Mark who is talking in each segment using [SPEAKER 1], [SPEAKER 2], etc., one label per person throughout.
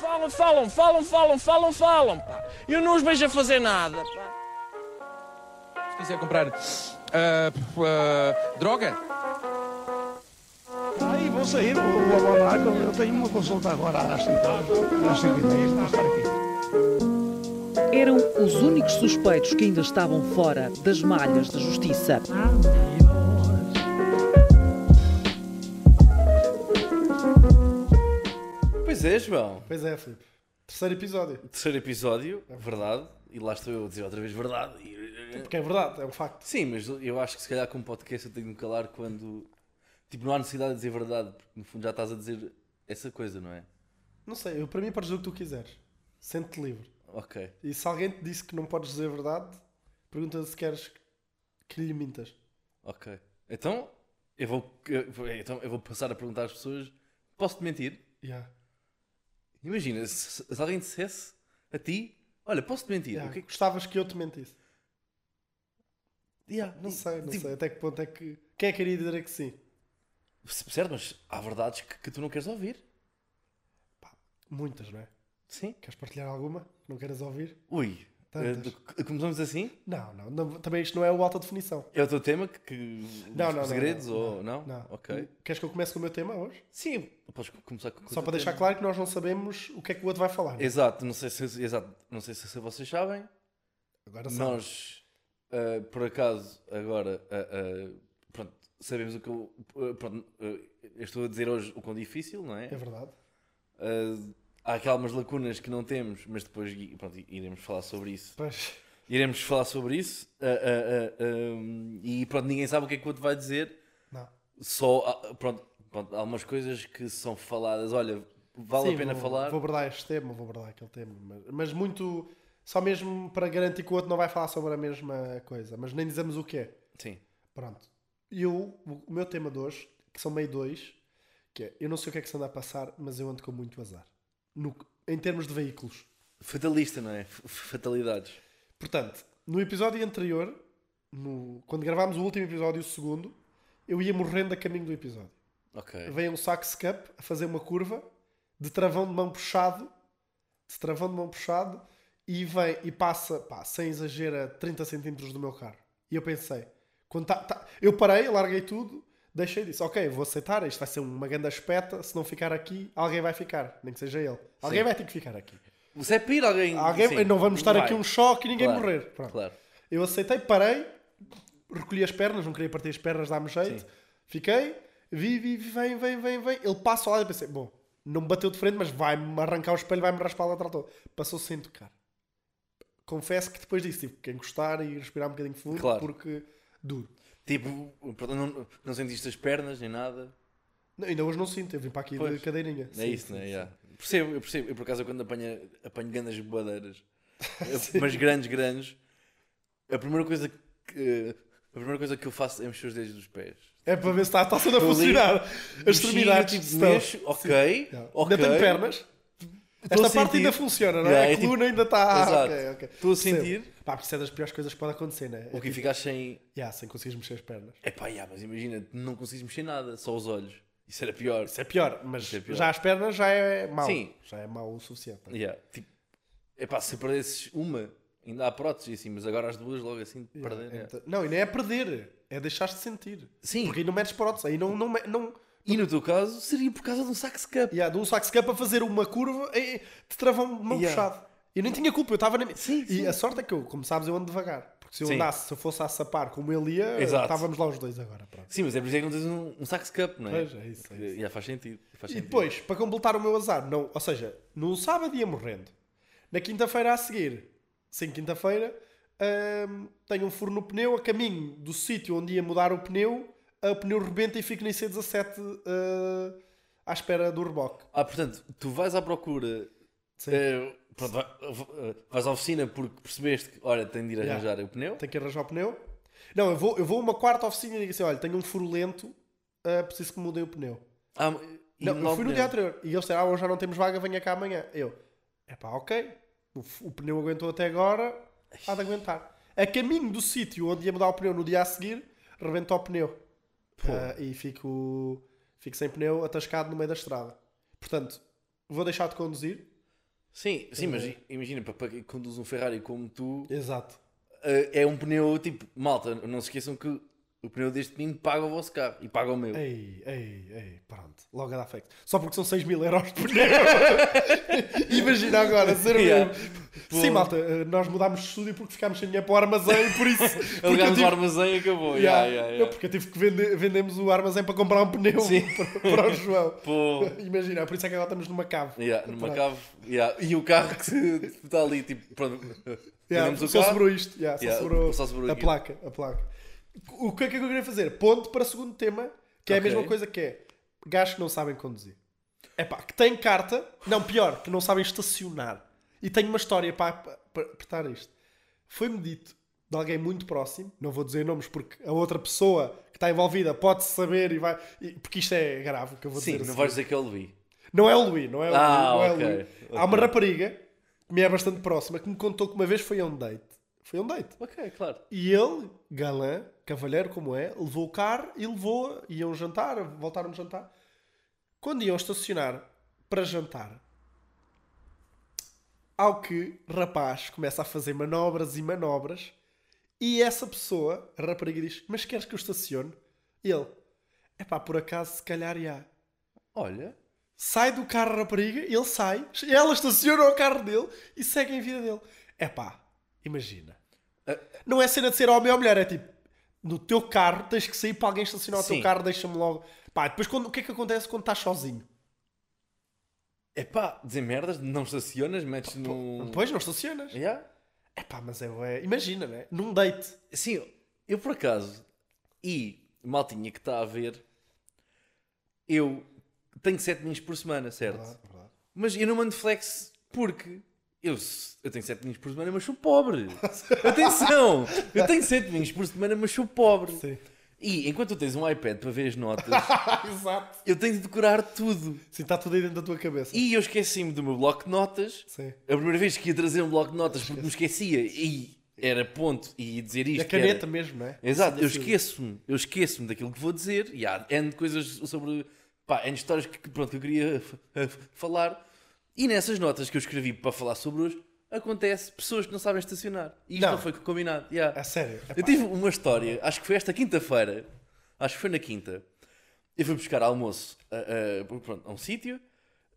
[SPEAKER 1] Falam, falam, falam, falam, falam, falam, pá. Eu não os vejo a fazer nada, pá.
[SPEAKER 2] Se quiser comprar ah, p- ah, droga,
[SPEAKER 3] Aí vou sair, vou, vou abandonar, que eu- eu tenho uma consulta agora às 5 horas, às 5 e 10, vou estar aqui.
[SPEAKER 4] Eram os únicos suspeitos que ainda estavam fora das malhas da justiça.
[SPEAKER 5] Pois é, João.
[SPEAKER 6] Pois é, Filipe. Terceiro episódio.
[SPEAKER 5] Terceiro episódio, verdade. E lá estou eu a dizer outra vez verdade. E-
[SPEAKER 6] Porque é verdade, é um facto.
[SPEAKER 5] Sim, mas eu acho que se calhar como podcast eu tenho de me calar quando. Tipo, não há necessidade de dizer verdade, porque no fundo já estás a dizer essa coisa, não é?
[SPEAKER 6] Não sei, eu, para mim podes dizer o que tu quiseres. Sente-te livre.
[SPEAKER 5] Ok.
[SPEAKER 6] E se alguém te disse que não podes dizer a verdade, pergunta se queres que lhe mintas.
[SPEAKER 5] Ok. Então eu vou, eu vou- então, eu vou passar a perguntar às pessoas: posso-te mentir?
[SPEAKER 6] Yeah.
[SPEAKER 5] Imagina, se, se alguém dissesse a ti: olha, posso-te mentir?
[SPEAKER 6] Yeah.
[SPEAKER 5] O que é que-
[SPEAKER 6] Gostavas que eu te mentisse?
[SPEAKER 5] Yeah,
[SPEAKER 6] Não
[SPEAKER 5] e-
[SPEAKER 6] sei, não
[SPEAKER 5] tipo,
[SPEAKER 6] sei. Até que ponto é que. Quem é que iria dizer que sim?
[SPEAKER 5] c- Certo, mas há verdades que, que tu não queres ouvir.
[SPEAKER 6] Muitas, não é?
[SPEAKER 5] Sim.
[SPEAKER 6] Queres partilhar alguma? Não queres ouvir?
[SPEAKER 5] Ui. eh,
[SPEAKER 6] Tantas.
[SPEAKER 5] do- começamos assim?
[SPEAKER 6] Não, não, não. Também isto não é o alta definição.
[SPEAKER 5] É o teu tema que. que
[SPEAKER 6] Não,
[SPEAKER 5] os
[SPEAKER 6] não, não,
[SPEAKER 5] segredos
[SPEAKER 6] não,
[SPEAKER 5] ou não? Ok.
[SPEAKER 6] Queres que eu comece com o meu tema hoje?
[SPEAKER 5] Sim, podes começar com. com o
[SPEAKER 6] Só
[SPEAKER 5] teu
[SPEAKER 6] para deixar
[SPEAKER 5] tema.
[SPEAKER 6] claro que nós não sabemos o que é que o outro vai falar. né?
[SPEAKER 5] Exato, não sei se, exato, não sei se vocês sabem.
[SPEAKER 6] Agora sabe.
[SPEAKER 5] Nós, ah, por acaso, agora, ah, ah, pronto, sabemos o que eu, ah, pronto, ah, eu estou a dizer hoje o quão difícil, não é?
[SPEAKER 6] É verdade.
[SPEAKER 5] Ah, há aqui algumas lacunas que não temos, mas depois e- pronto, iremos falar sobre isso.
[SPEAKER 6] Pois.
[SPEAKER 5] Iremos falar sobre isso ah, ah, ah, ah, e pronto, ninguém sabe o que é que o outro vai dizer.
[SPEAKER 6] Não.
[SPEAKER 5] Só, há- pronto, pronto, há algumas coisas que são faladas, olha, vale
[SPEAKER 6] Sim,
[SPEAKER 5] a pena
[SPEAKER 6] vou,
[SPEAKER 5] falar.
[SPEAKER 6] Vou abordar este tema, vou abordar aquele tema. Mas, mas muito. Só mesmo para garantir que o outro não vai falar sobre a mesma coisa. Mas nem dizemos o que é.
[SPEAKER 5] Sim,
[SPEAKER 6] Pronto. Eu, o meu tema de hoje, que são meio dois, que é eu não sei o que é que se anda a passar, mas eu ando com muito azar. No- em termos de veículos.
[SPEAKER 5] fatalista, não é? F- f- Fatalidades.
[SPEAKER 6] Portanto, no episódio anterior, no- quando gravámos o último episódio, o segundo, eu ia morrendo a caminho do episódio.
[SPEAKER 5] Ok.
[SPEAKER 6] Vem um sax cup a fazer uma curva de travão de mão puxado, de travão de mão puxado, e vem e passa, pá, sem exagero, a 30 centímetros do meu carro. E eu pensei, quando tá- tá- eu parei, larguei tudo, deixei disso. Ok, vou aceitar, isto vai ser uma grande espeta, se não ficar aqui, alguém vai ficar, nem que seja ele. Alguém vai ter que ficar aqui.
[SPEAKER 5] Você é pira alguém.
[SPEAKER 6] Alguém,
[SPEAKER 5] sim,
[SPEAKER 6] não vamos estar
[SPEAKER 5] vai.
[SPEAKER 6] aqui um choque e ninguém
[SPEAKER 5] Claro,
[SPEAKER 6] morrer. Pronto.
[SPEAKER 5] Claro.
[SPEAKER 6] Eu aceitei, parei, recolhi as pernas, não queria partir as pernas, dá-me jeito. Fiquei, vi, vi, vi, vem, vem, vem, vem. Ele passa ao lado e pensei, bom, não me bateu de frente, mas vai-me arrancar o espelho, vai-me raspar lá atrás todo. Passou sem tocar. Confesso que depois disso tive que encostar e respirar um bocadinho fundo,
[SPEAKER 5] Claro.
[SPEAKER 6] porque duro.
[SPEAKER 5] Tipo, pronto, não, não sentiste as pernas nem nada.
[SPEAKER 6] Não, ainda hoje não sinto, eu vim para aqui
[SPEAKER 5] Pois.
[SPEAKER 6] de cadeirinha.
[SPEAKER 5] é isso, não é? Yeah. Percebo, eu percebo. Eu por acaso quando apanho, apanho grandes bobadeiras, eu- mas grandes, grandes, a primeira coisa que. A primeira coisa que eu faço é mexer os dedos dos pés.
[SPEAKER 6] É para ver se está, está tudo a
[SPEAKER 5] Eu li-
[SPEAKER 6] funcionar. As
[SPEAKER 5] Mexi,
[SPEAKER 6] extremidades
[SPEAKER 5] tipo,
[SPEAKER 6] estão.
[SPEAKER 5] mexo, ok,
[SPEAKER 6] Yeah.
[SPEAKER 5] ok.
[SPEAKER 6] Ainda tenho pernas.
[SPEAKER 5] Tô a
[SPEAKER 6] Esta parte
[SPEAKER 5] sentir.
[SPEAKER 6] ainda funciona, não é?
[SPEAKER 5] Yeah, é
[SPEAKER 6] a
[SPEAKER 5] tipo-
[SPEAKER 6] coluna ainda está. Ah,
[SPEAKER 5] Exato.
[SPEAKER 6] ok, ok.
[SPEAKER 5] Tô a
[SPEAKER 6] Percebo.
[SPEAKER 5] sentir.
[SPEAKER 6] Pá, porque isso é das piores coisas que pode acontecer, né?
[SPEAKER 5] O que ficas sem.
[SPEAKER 6] Yeah, sem conseguires mexer as pernas.
[SPEAKER 5] É pá, mas imagina, não consegues mexer nada, só os olhos. Isso era pior.
[SPEAKER 6] Isso é pior, mas
[SPEAKER 5] Isso é pior.
[SPEAKER 6] já as pernas já é mau.
[SPEAKER 5] Sim.
[SPEAKER 6] Já é mau o suficiente. né?
[SPEAKER 5] Yeah, tipo, epá, se perdesses uma, ainda há prótese assim, mas agora as duas logo assim de
[SPEAKER 6] Yeah,
[SPEAKER 5] perder.
[SPEAKER 6] é
[SPEAKER 5] yeah.
[SPEAKER 6] muito- Não, e nem é perder, é deixar-te sentir.
[SPEAKER 5] Sim.
[SPEAKER 6] Porque aí não metes prótese, aí não. não, me- não
[SPEAKER 5] E no teu caso seria por causa de um sax cup.
[SPEAKER 6] yeah, de um sax cup a fazer uma curva, e, te travam de mão
[SPEAKER 5] Yeah.
[SPEAKER 6] puxada. Eu nem tinha culpa, eu estava na minha.
[SPEAKER 5] Sim,
[SPEAKER 6] e
[SPEAKER 5] sim.
[SPEAKER 6] a sorte é que eu, como sabes, eu ando devagar. Porque se eu
[SPEAKER 5] Sim.
[SPEAKER 6] andasse, se eu fosse a sapar como ele ia,
[SPEAKER 5] Exato.
[SPEAKER 6] estávamos lá os dois agora. Pronto.
[SPEAKER 5] Sim, mas é por isso é que não tens um, um sax cup, não é?
[SPEAKER 6] Pois, é isso, é isso.
[SPEAKER 5] Já faz sentido. faz
[SPEAKER 6] E
[SPEAKER 5] sentido.
[SPEAKER 6] depois, para completar o meu azar, não, ou seja, num sábado ia morrendo. Na quinta-feira a seguir, sim, quinta-feira, hum, tenho um furo no pneu a caminho do sítio onde ia mudar o pneu, ah, o pneu rebenta e fico na IC17 ah, à espera do reboque.
[SPEAKER 5] Ah, portanto, tu vais à procura.
[SPEAKER 6] Sim.
[SPEAKER 5] eh, pronto, vai- eh, vais à oficina porque percebeste que, olha, tenho de ir
[SPEAKER 6] Yeah.
[SPEAKER 5] arranjar o pneu.
[SPEAKER 6] Tenho que arranjar o pneu. Não, eu vou, eu vou a uma quarta oficina e digo assim: olha, tenho um furo lento, ah, preciso que mudem o pneu.
[SPEAKER 5] Ah, e
[SPEAKER 6] Não,
[SPEAKER 5] lá o
[SPEAKER 6] eu fui no
[SPEAKER 5] pneu.
[SPEAKER 6] dia anterior e eles disseram, ah, hoje já não temos vaga, venha cá amanhã. Eu, é pá, ok, o, f- o pneu aguentou até agora, há de aguentar. A caminho do sítio onde ia mudar o pneu no dia a seguir, rebenta o pneu. Ah, e fico, fico sem pneu, atascado no meio da estrada. Portanto, vou deixar de conduzir,
[SPEAKER 5] Sim, sim, mas i- imagina, para, para quem conduz um Ferrari como tu,
[SPEAKER 6] Exato.
[SPEAKER 5] eh, é um pneu tipo, malta, não se esqueçam que o pneu deste menino paga o vosso carro e paga o meu.
[SPEAKER 6] Ei, ei, ei, pronto. Logo a dar facto. Só porque são 6 mil euros por pneu. Imagina agora, ser um-
[SPEAKER 5] Yeah.
[SPEAKER 6] Sim, malta, eh, nós mudámos de estúdio porque ficámos sem dinheiro para o armazém, por isso. porque eu
[SPEAKER 5] Alugámos o
[SPEAKER 6] tive-
[SPEAKER 5] armazém e acabou.
[SPEAKER 6] tipo- Yeah,
[SPEAKER 5] Yeah, yeah,
[SPEAKER 6] eu-
[SPEAKER 5] yeah.
[SPEAKER 6] Porque eu tive que vender, vendemos o armazém para comprar um pneu para, para o João.
[SPEAKER 5] Pô.
[SPEAKER 6] Imagina, por isso é que agora estamos numa cave.
[SPEAKER 5] Yeah, numa
[SPEAKER 6] Pronto.
[SPEAKER 5] cave. yeah. E o carro que se- está ali, tipo, pronto.
[SPEAKER 6] Yeah,
[SPEAKER 5] Vendemos o
[SPEAKER 6] só
[SPEAKER 5] carro.
[SPEAKER 6] sobrou isto. yeah, só
[SPEAKER 5] Yeah,
[SPEAKER 6] sobrou
[SPEAKER 5] só sobrou
[SPEAKER 6] a
[SPEAKER 5] aquilo.
[SPEAKER 6] placa, a placa. O que é que eu queria fazer? Ponto para o segundo tema, que
[SPEAKER 5] Ok.
[SPEAKER 6] é a mesma coisa que é gajos que não sabem conduzir. É pá, que têm carta, não, pior, que não sabem estacionar. E tenho uma história para para- para apertar isto. Foi-me dito de alguém muito próximo, não vou dizer nomes porque a outra pessoa que está envolvida pode saber e vai. e- porque isto é grave o que eu vou
[SPEAKER 5] Sim,
[SPEAKER 6] dizer. a
[SPEAKER 5] não
[SPEAKER 6] seguir.
[SPEAKER 5] vais dizer que eu ouvi.
[SPEAKER 6] Não é o Luís, não é o
[SPEAKER 5] Ah,
[SPEAKER 6] Luís, não é o
[SPEAKER 5] ok,
[SPEAKER 6] Luís.
[SPEAKER 5] ok.
[SPEAKER 6] Há uma rapariga que me é bastante próxima que me contou que uma vez foi a um date. Foi a um date.
[SPEAKER 5] Ok, claro.
[SPEAKER 6] E ele, galã, cavalheiro como é, levou o carro e levou iam jantar, voltaram de jantar. Quando iam estacionar para jantar, ao que rapaz começa a fazer manobras e manobras, e essa pessoa, a rapariga, diz: Mas queres que eu estacione? E ele: É pá, por acaso, se calhar já.
[SPEAKER 5] Olha.
[SPEAKER 6] Sai do carro a rapariga, ele sai, ela estaciona o carro dele e segue em vida dele. É pá, imagina.
[SPEAKER 5] Ah.
[SPEAKER 6] Não é cena de ser homem ou mulher, é tipo, no teu carro tens que sair para alguém estacionar o
[SPEAKER 5] Sim.
[SPEAKER 6] teu carro, deixa-me logo. Pá, depois quando- o que é que acontece quando estás sozinho?
[SPEAKER 5] Epá, é dizer merdas, não estacionas, metes num.
[SPEAKER 6] Depois não estacionas.
[SPEAKER 5] Yeah?
[SPEAKER 6] É pá, mas é, bué- imagina, né? Num date.
[SPEAKER 5] Sim, eu por acaso, e maltinha que está a ver, eu tenho 7 ninhos por semana, certo? Mas eu não mando flex porque eu, se- eu tenho 7 ninhos por semana, mas sou pobre. Atenção! Eu tenho 7 ninhos por semana, mas sou pobre.
[SPEAKER 6] Sim.
[SPEAKER 5] E enquanto tu tens um iPad para ver as notas,
[SPEAKER 6] Exato.
[SPEAKER 5] eu tenho de decorar tudo.
[SPEAKER 6] Sim, está tudo aí dentro da tua cabeça.
[SPEAKER 5] E eu esqueci-me do meu bloco de notas.
[SPEAKER 6] Sim.
[SPEAKER 5] A primeira vez que ia trazer um bloco de notas porque me esquecia e era ponto e ia dizer
[SPEAKER 6] E
[SPEAKER 5] isto.
[SPEAKER 6] a caneta
[SPEAKER 5] era-
[SPEAKER 6] mesmo, né?
[SPEAKER 5] Exato, eu esqueço-me, eu esqueço-me daquilo que vou dizer e há N coisas sobre, pá, N histórias que, que, pronto, que eu queria f- f- falar e nessas notas que eu escrevi para falar sobre hoje, acontece pessoas que não sabem estacionar e isto
[SPEAKER 6] Não.
[SPEAKER 5] não, foi combinado. yeah.
[SPEAKER 6] A sério. É
[SPEAKER 5] Eu tive uma história, acho que foi esta quinta-feira, acho que foi na quinta. Eu fui buscar almoço a, a- pronto, a um sítio,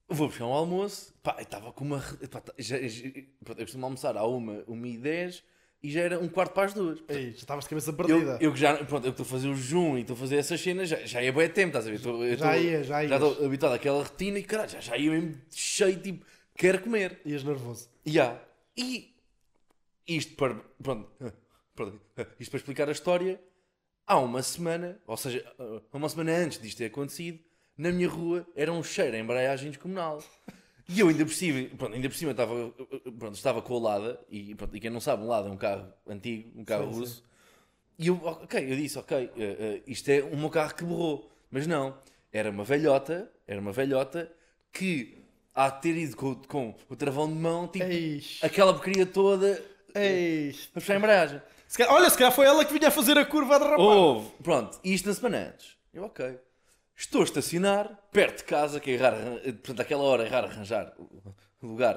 [SPEAKER 5] vou buscar um almoço, pá, eu estava com uma. re- pá, tá- já- já- pronto, eu costumo almoçar à uma, uma e dez e já era um quarto para as duas.
[SPEAKER 6] Ei, já estavas de cabeça
[SPEAKER 5] Eu,
[SPEAKER 6] perdida.
[SPEAKER 5] eu que já, pronto, eu que estou a fazer o zoom e estou a fazer essas cenas, já, já é bué tempo, estás a ver? Estou- eu
[SPEAKER 6] Já
[SPEAKER 5] estou-
[SPEAKER 6] ia, já ias.
[SPEAKER 5] estou habituado àquela rotina e caralho, já, já ia mesmo cheio, tipo, quero comer.
[SPEAKER 6] Ias nervoso.
[SPEAKER 5] Ya. E isto para, pronto, pronto, isto para explicar a história, há uma semana, ou seja, há uma semana antes disto ter acontecido, na minha rua era um cheiro a embreagens comunal. E eu ainda por cima, pronto, ainda por cima estava, pronto, estava com a Lada, e, pronto, e quem não sabe, um Lada é um carro antigo, um carro russo. E eu, ok, eu disse, ok, eh, eh, isto é um meu carro que borrou. Mas não, era uma velhota, era uma velhota que, há de ter ido com, com o travão de mão, tipo,
[SPEAKER 6] Ei.
[SPEAKER 5] aquela porcaria toda
[SPEAKER 6] Ei.
[SPEAKER 5] a puxar a embreagem.
[SPEAKER 6] Se calhar- olha, se calhar foi ela que vinha fazer a curva de rapaz.
[SPEAKER 5] Houve, pronto, e isto na semana antes. Eu, ok. Estou a estacionar perto de casa, que é raro, arran- eh, portanto, àquela hora é raro arranjar lugar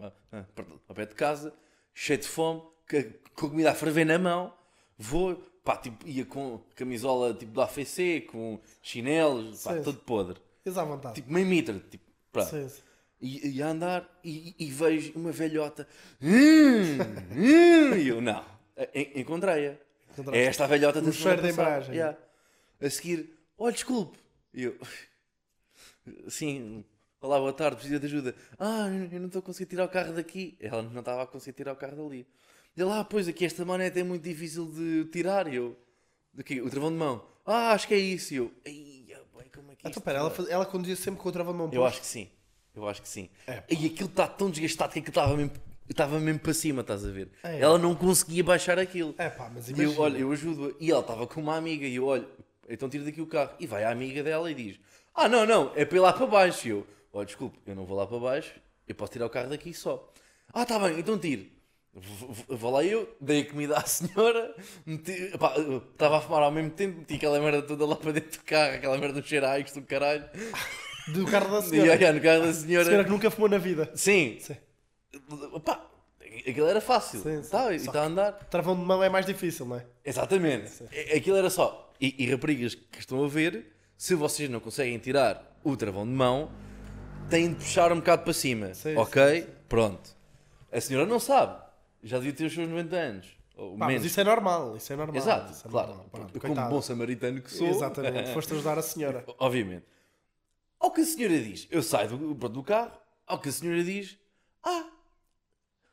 [SPEAKER 5] ah, ah, perto- ao pé de casa, cheio de fome, ca- com a comida a ferver na mão, vou, pá, tipo, ia com camisola tipo do AFC, com chinelos, pá,
[SPEAKER 6] Sim.
[SPEAKER 5] todo podre.
[SPEAKER 6] Eles à vontade.
[SPEAKER 5] Tipo, meio mitra, tipo, pronto.
[SPEAKER 6] Sim, sim.
[SPEAKER 5] E, e a andar e, e vejo uma velhota. Hum, hum", e eu, não. En- Encontrei-a.
[SPEAKER 6] Encontraste.
[SPEAKER 5] É esta a velhota da
[SPEAKER 6] No
[SPEAKER 5] semana
[SPEAKER 6] cheiro da
[SPEAKER 5] passada.
[SPEAKER 6] embreagem.
[SPEAKER 5] Yeah. A seguir, olha, desculpe. E eu, sim, olá, boa tarde, precisa de ajuda. Ah, eu não estou a conseguir tirar o carro daqui. Ela não estava a conseguir tirar o carro dali. E lá, ah, pois aqui esta maneta é muito difícil de tirar. E eu, daqui, o travão de mão. Ah, acho que é isso. E eu, "Ei, bem, como é que é
[SPEAKER 6] Então, pera, ela, faz- ela conduzia sempre com o travão de mão
[SPEAKER 5] eu
[SPEAKER 6] posta.
[SPEAKER 5] acho que sim. Eu acho que sim.
[SPEAKER 6] É,
[SPEAKER 5] e aquilo está tão desgastado que aquilo estava mesmo, estava mesmo para cima, estás a ver?
[SPEAKER 6] É.
[SPEAKER 5] Ela não conseguia baixar aquilo.
[SPEAKER 6] É pá, mas
[SPEAKER 5] e
[SPEAKER 6] imagina.
[SPEAKER 5] eu, olha, eu ajudo-a. E ela estava com uma amiga e eu, olha, então tira daqui o carro. E vai à amiga dela e diz: Ah, não, não, é para ir lá para baixo. E eu, olha, desculpe, eu não vou lá para baixo, eu posso tirar o carro daqui só. Ah, está bem, então tire. V- v- Vou lá eu, dei a comida à senhora, meti- pá, eu estava a fumar ao mesmo tempo, meti aquela merda toda lá para dentro do carro, aquela merda do cheiro a Aix do caralho.
[SPEAKER 6] Do carro da
[SPEAKER 5] E
[SPEAKER 6] senhora.
[SPEAKER 5] aí, no carro da
[SPEAKER 6] A senhora
[SPEAKER 5] senhora.
[SPEAKER 6] que nunca fumou na vida.
[SPEAKER 5] Sim.
[SPEAKER 6] Sim.
[SPEAKER 5] Pá, aquilo era fácil.
[SPEAKER 6] Sim, sim.
[SPEAKER 5] Tá, e
[SPEAKER 6] Só
[SPEAKER 5] está a andar.
[SPEAKER 6] Travão de mão é mais difícil, não é?
[SPEAKER 5] Exatamente. A- Aquilo era só. E, e raparigas que estão a ver, se vocês não conseguem tirar o travão de mão, têm de puxar um bocado para cima.
[SPEAKER 6] Sim,
[SPEAKER 5] ok? Pronto. A senhora não sabe. Já devia ter os seus 90 anos. Ou
[SPEAKER 6] Pá, mas
[SPEAKER 5] menos.
[SPEAKER 6] isso é normal, isso é normal.
[SPEAKER 5] Exato,
[SPEAKER 6] isso é
[SPEAKER 5] claro.
[SPEAKER 6] normal,
[SPEAKER 5] Porque
[SPEAKER 6] pronto,
[SPEAKER 5] eu, como
[SPEAKER 6] coitada.
[SPEAKER 5] bom samaritano que sou.
[SPEAKER 6] Exatamente, foste ajudar a senhora.
[SPEAKER 5] Obviamente. Ao que a senhora diz, eu saio do, pronto, do carro, ao que a senhora diz, ah,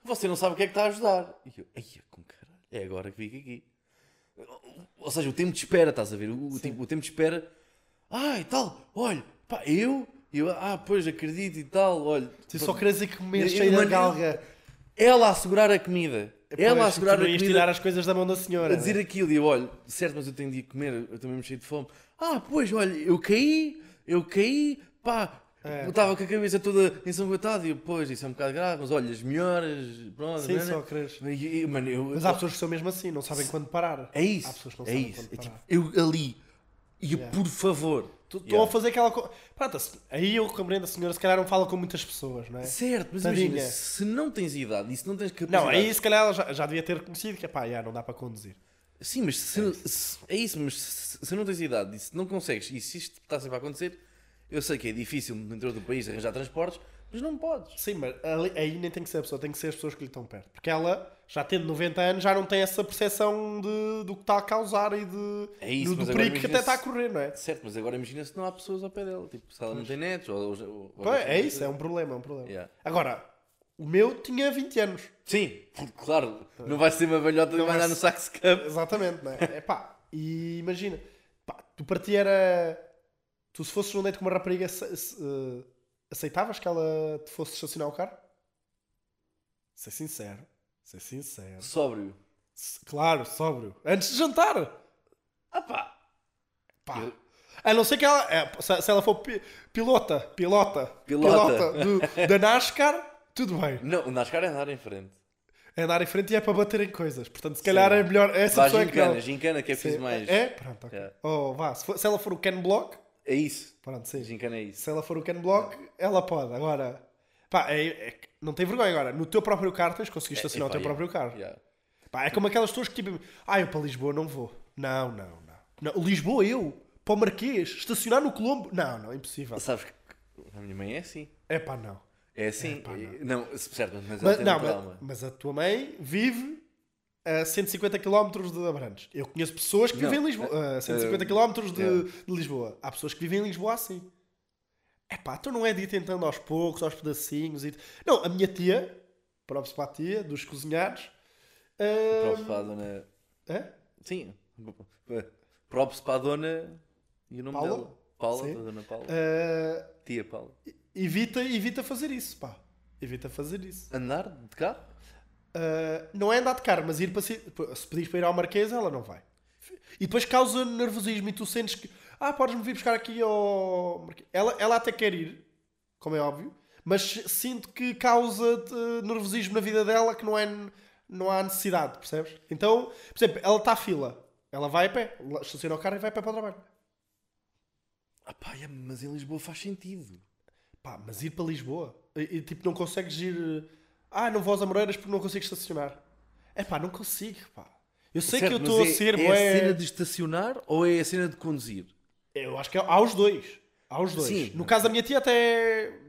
[SPEAKER 5] você não sabe o que é que está a ajudar. E eu, ai, com caralho, é agora que fico aqui. Ou seja, o tempo de espera, estás a ver? O, o tipo, o tempo de espera, ai, tal, olha, pá, eu, E eu, ah, pois, acredito e tal, olha.
[SPEAKER 6] Tu
[SPEAKER 5] Pronto.
[SPEAKER 6] só queres dizer que comer
[SPEAKER 5] Eu- eu-
[SPEAKER 6] cheio de
[SPEAKER 5] mano,
[SPEAKER 6] galga.
[SPEAKER 5] Ela a segurar a comida. Ela a
[SPEAKER 6] É, Pois, tu
[SPEAKER 5] segurar a
[SPEAKER 6] não ias tirar
[SPEAKER 5] comida.
[SPEAKER 6] as coisas da mão da senhora. é?
[SPEAKER 5] A dizer aquilo e eu, olha, certo, mas eu tenho de ir comer, eu também me cheio de fome. Ah, pois, olha, eu caí, eu caí, pá,
[SPEAKER 6] É.
[SPEAKER 5] eu estava com a cabeça toda ensanguentada e eu, pois, isso é um bocado grave, mas olha, as melhoras, pronto.
[SPEAKER 6] Sim,
[SPEAKER 5] né, né.
[SPEAKER 6] só queres.
[SPEAKER 5] E- e- Mano, eu,
[SPEAKER 6] Mas há pessoas que são mesmo assim, não sabem quando parar.
[SPEAKER 5] é isso,
[SPEAKER 6] Há pessoas que não
[SPEAKER 5] é
[SPEAKER 6] sabem
[SPEAKER 5] isso. É
[SPEAKER 6] quando
[SPEAKER 5] tipo,
[SPEAKER 6] parar.
[SPEAKER 5] eu ali, e eu,
[SPEAKER 6] Yeah.
[SPEAKER 5] por favor.
[SPEAKER 6] Tu- Estão
[SPEAKER 5] Yeah.
[SPEAKER 6] a fazer aquela coisa. Pronto, a se- aí eu compreendo a senhora, se calhar não fala com muitas pessoas, não é?
[SPEAKER 5] Certo, mas
[SPEAKER 6] Tadinha.
[SPEAKER 5] imagina, se não tens idade e se não tens capacidade...
[SPEAKER 6] Não, aí se calhar ela já, já devia ter conhecido que, pá, já, não dá para conduzir.
[SPEAKER 5] Sim, mas se, se- é, isso. mas se, se não tens idade e se não consegues, e se isto está sempre a acontecer, eu sei que é difícil dentro do país arranjar transportes, mas não podes.
[SPEAKER 6] Sim, mas ali- aí nem tem que ser a pessoa, tem que ser as pessoas que lhe estão perto. Porque ela, já tendo 90 anos, já não tem essa percepção de, do que está a causar e de,
[SPEAKER 5] É isso,
[SPEAKER 6] do,
[SPEAKER 5] mas
[SPEAKER 6] do
[SPEAKER 5] agora
[SPEAKER 6] perigo que até
[SPEAKER 5] imagina-se-
[SPEAKER 6] está a correr, não é?
[SPEAKER 5] Certo, mas agora imagina se não há pessoas ao pé dela, tipo, se ela não tem netos, ou, ou- ou- ou-
[SPEAKER 6] Pois, é isso, é um problema, é um problema.
[SPEAKER 5] assim, Yeah.
[SPEAKER 6] Agora, o meu tinha 20 anos.
[SPEAKER 5] Sim, claro, não vai ser uma velhota que vai
[SPEAKER 6] vai
[SPEAKER 5] andar
[SPEAKER 6] ser-
[SPEAKER 5] no sax cup.
[SPEAKER 6] Exatamente, não é? é pá, e imagina, pá, tu para ti era. Tu se fosses num date com uma rapariga, ace- se- eh, aceitavas que ela te fosse estacionar o carro? Ser sincero, ser sincero.
[SPEAKER 5] Sóbrio.
[SPEAKER 6] S- Claro, sóbrio. Antes de jantar!
[SPEAKER 5] Ah pá,
[SPEAKER 6] Pá.
[SPEAKER 5] Eu-
[SPEAKER 6] A não ser que ela. é, se se ela for pi- pilota, pilota,
[SPEAKER 5] Pilota.
[SPEAKER 6] do- da NASCAR, tudo bem.
[SPEAKER 5] não, o NASCAR é andar em frente.
[SPEAKER 6] É andar em frente e é para bater em coisas. Portanto, se calhar é melhor. Essa
[SPEAKER 5] Vá,
[SPEAKER 6] pessoa é que não.
[SPEAKER 5] gincana, gincana que é preciso
[SPEAKER 6] Sim,
[SPEAKER 5] mais.
[SPEAKER 6] É? Pronto, ok.
[SPEAKER 5] Yeah.
[SPEAKER 6] Oh, vá. Se, for- se ela for o Ken Block,
[SPEAKER 5] É isso,
[SPEAKER 6] pronto, sim.
[SPEAKER 5] gincana é isso.
[SPEAKER 6] Se ela for o Ken Block, ela pode. Agora, pá, é- é que não tem vergonha agora. No teu próprio carro tens de conseguir estacionar
[SPEAKER 5] É, Epá,
[SPEAKER 6] o teu
[SPEAKER 5] yeah,
[SPEAKER 6] próprio carro.
[SPEAKER 5] yeah.
[SPEAKER 6] Pá, é como aquelas pessoas que tipo, ah, eu para Lisboa não vou. Não, não, não. não Lisboa eu? Para o Marquês? Estacionar no Colombo? Não, não, impossível.
[SPEAKER 5] Sabes que a minha mãe é assim.
[SPEAKER 6] É pá, não.
[SPEAKER 5] É assim. não. se certo, mas ela
[SPEAKER 6] Mas,
[SPEAKER 5] tem
[SPEAKER 6] não,
[SPEAKER 5] um
[SPEAKER 6] mas,
[SPEAKER 5] trauma.
[SPEAKER 6] mas a tua mãe vive a 150 km de Abrantes. Eu conheço pessoas que
[SPEAKER 5] Não,
[SPEAKER 6] vivem em Lisboa, a 150
[SPEAKER 5] eh,
[SPEAKER 6] km de,
[SPEAKER 5] é.
[SPEAKER 6] de Lisboa. Há pessoas que vivem em Lisboa assim. É pá, tu não é de ir tentando aos poucos, aos pedacinhos e. Não, a minha tia, próprio para a tia, dos cozinhados. eh,
[SPEAKER 5] Props para a dona.
[SPEAKER 6] é?
[SPEAKER 5] Sim. Props para a dona. E o nome
[SPEAKER 6] Paula?
[SPEAKER 5] dela? Paula,
[SPEAKER 6] Sim.
[SPEAKER 5] a dona Paula.
[SPEAKER 6] Eh,
[SPEAKER 5] Tia Paula.
[SPEAKER 6] evita, evita fazer isso, pá. Evita fazer isso.
[SPEAKER 5] Andar de carro?
[SPEAKER 6] Uh, não é andar de carro, mas ir para si- se pedires para ir ao Marquês, ela não vai. E depois causa nervosismo e tu sentes que ah, podes-me vir buscar aqui ao Marquês. Ela, ela até quer ir, como é óbvio, mas sinto que causa eh, nervosismo na vida dela que não, é, não há necessidade, percebes? Então, por exemplo, ela está à fila, ela vai a pé, estaciona o carro e vai a pé para o trabalho.
[SPEAKER 5] Ah pá, é, mas em Lisboa faz sentido.
[SPEAKER 6] Pá, mas ir para Lisboa? E, e, tipo, não consegues ir. eh, Ah, não vou aos Amoreiras porque não consigo estacionar. É pá, não consigo, pá. Eu sei
[SPEAKER 5] Certo,
[SPEAKER 6] que eu
[SPEAKER 5] mas
[SPEAKER 6] estou a
[SPEAKER 5] é-
[SPEAKER 6] ser.
[SPEAKER 5] É
[SPEAKER 6] bué-
[SPEAKER 5] a cena de estacionar ou é a cena de conduzir?
[SPEAKER 6] Eu acho que é, há os dois. Há os dois.
[SPEAKER 5] Sim.
[SPEAKER 6] No caso da minha tia, até.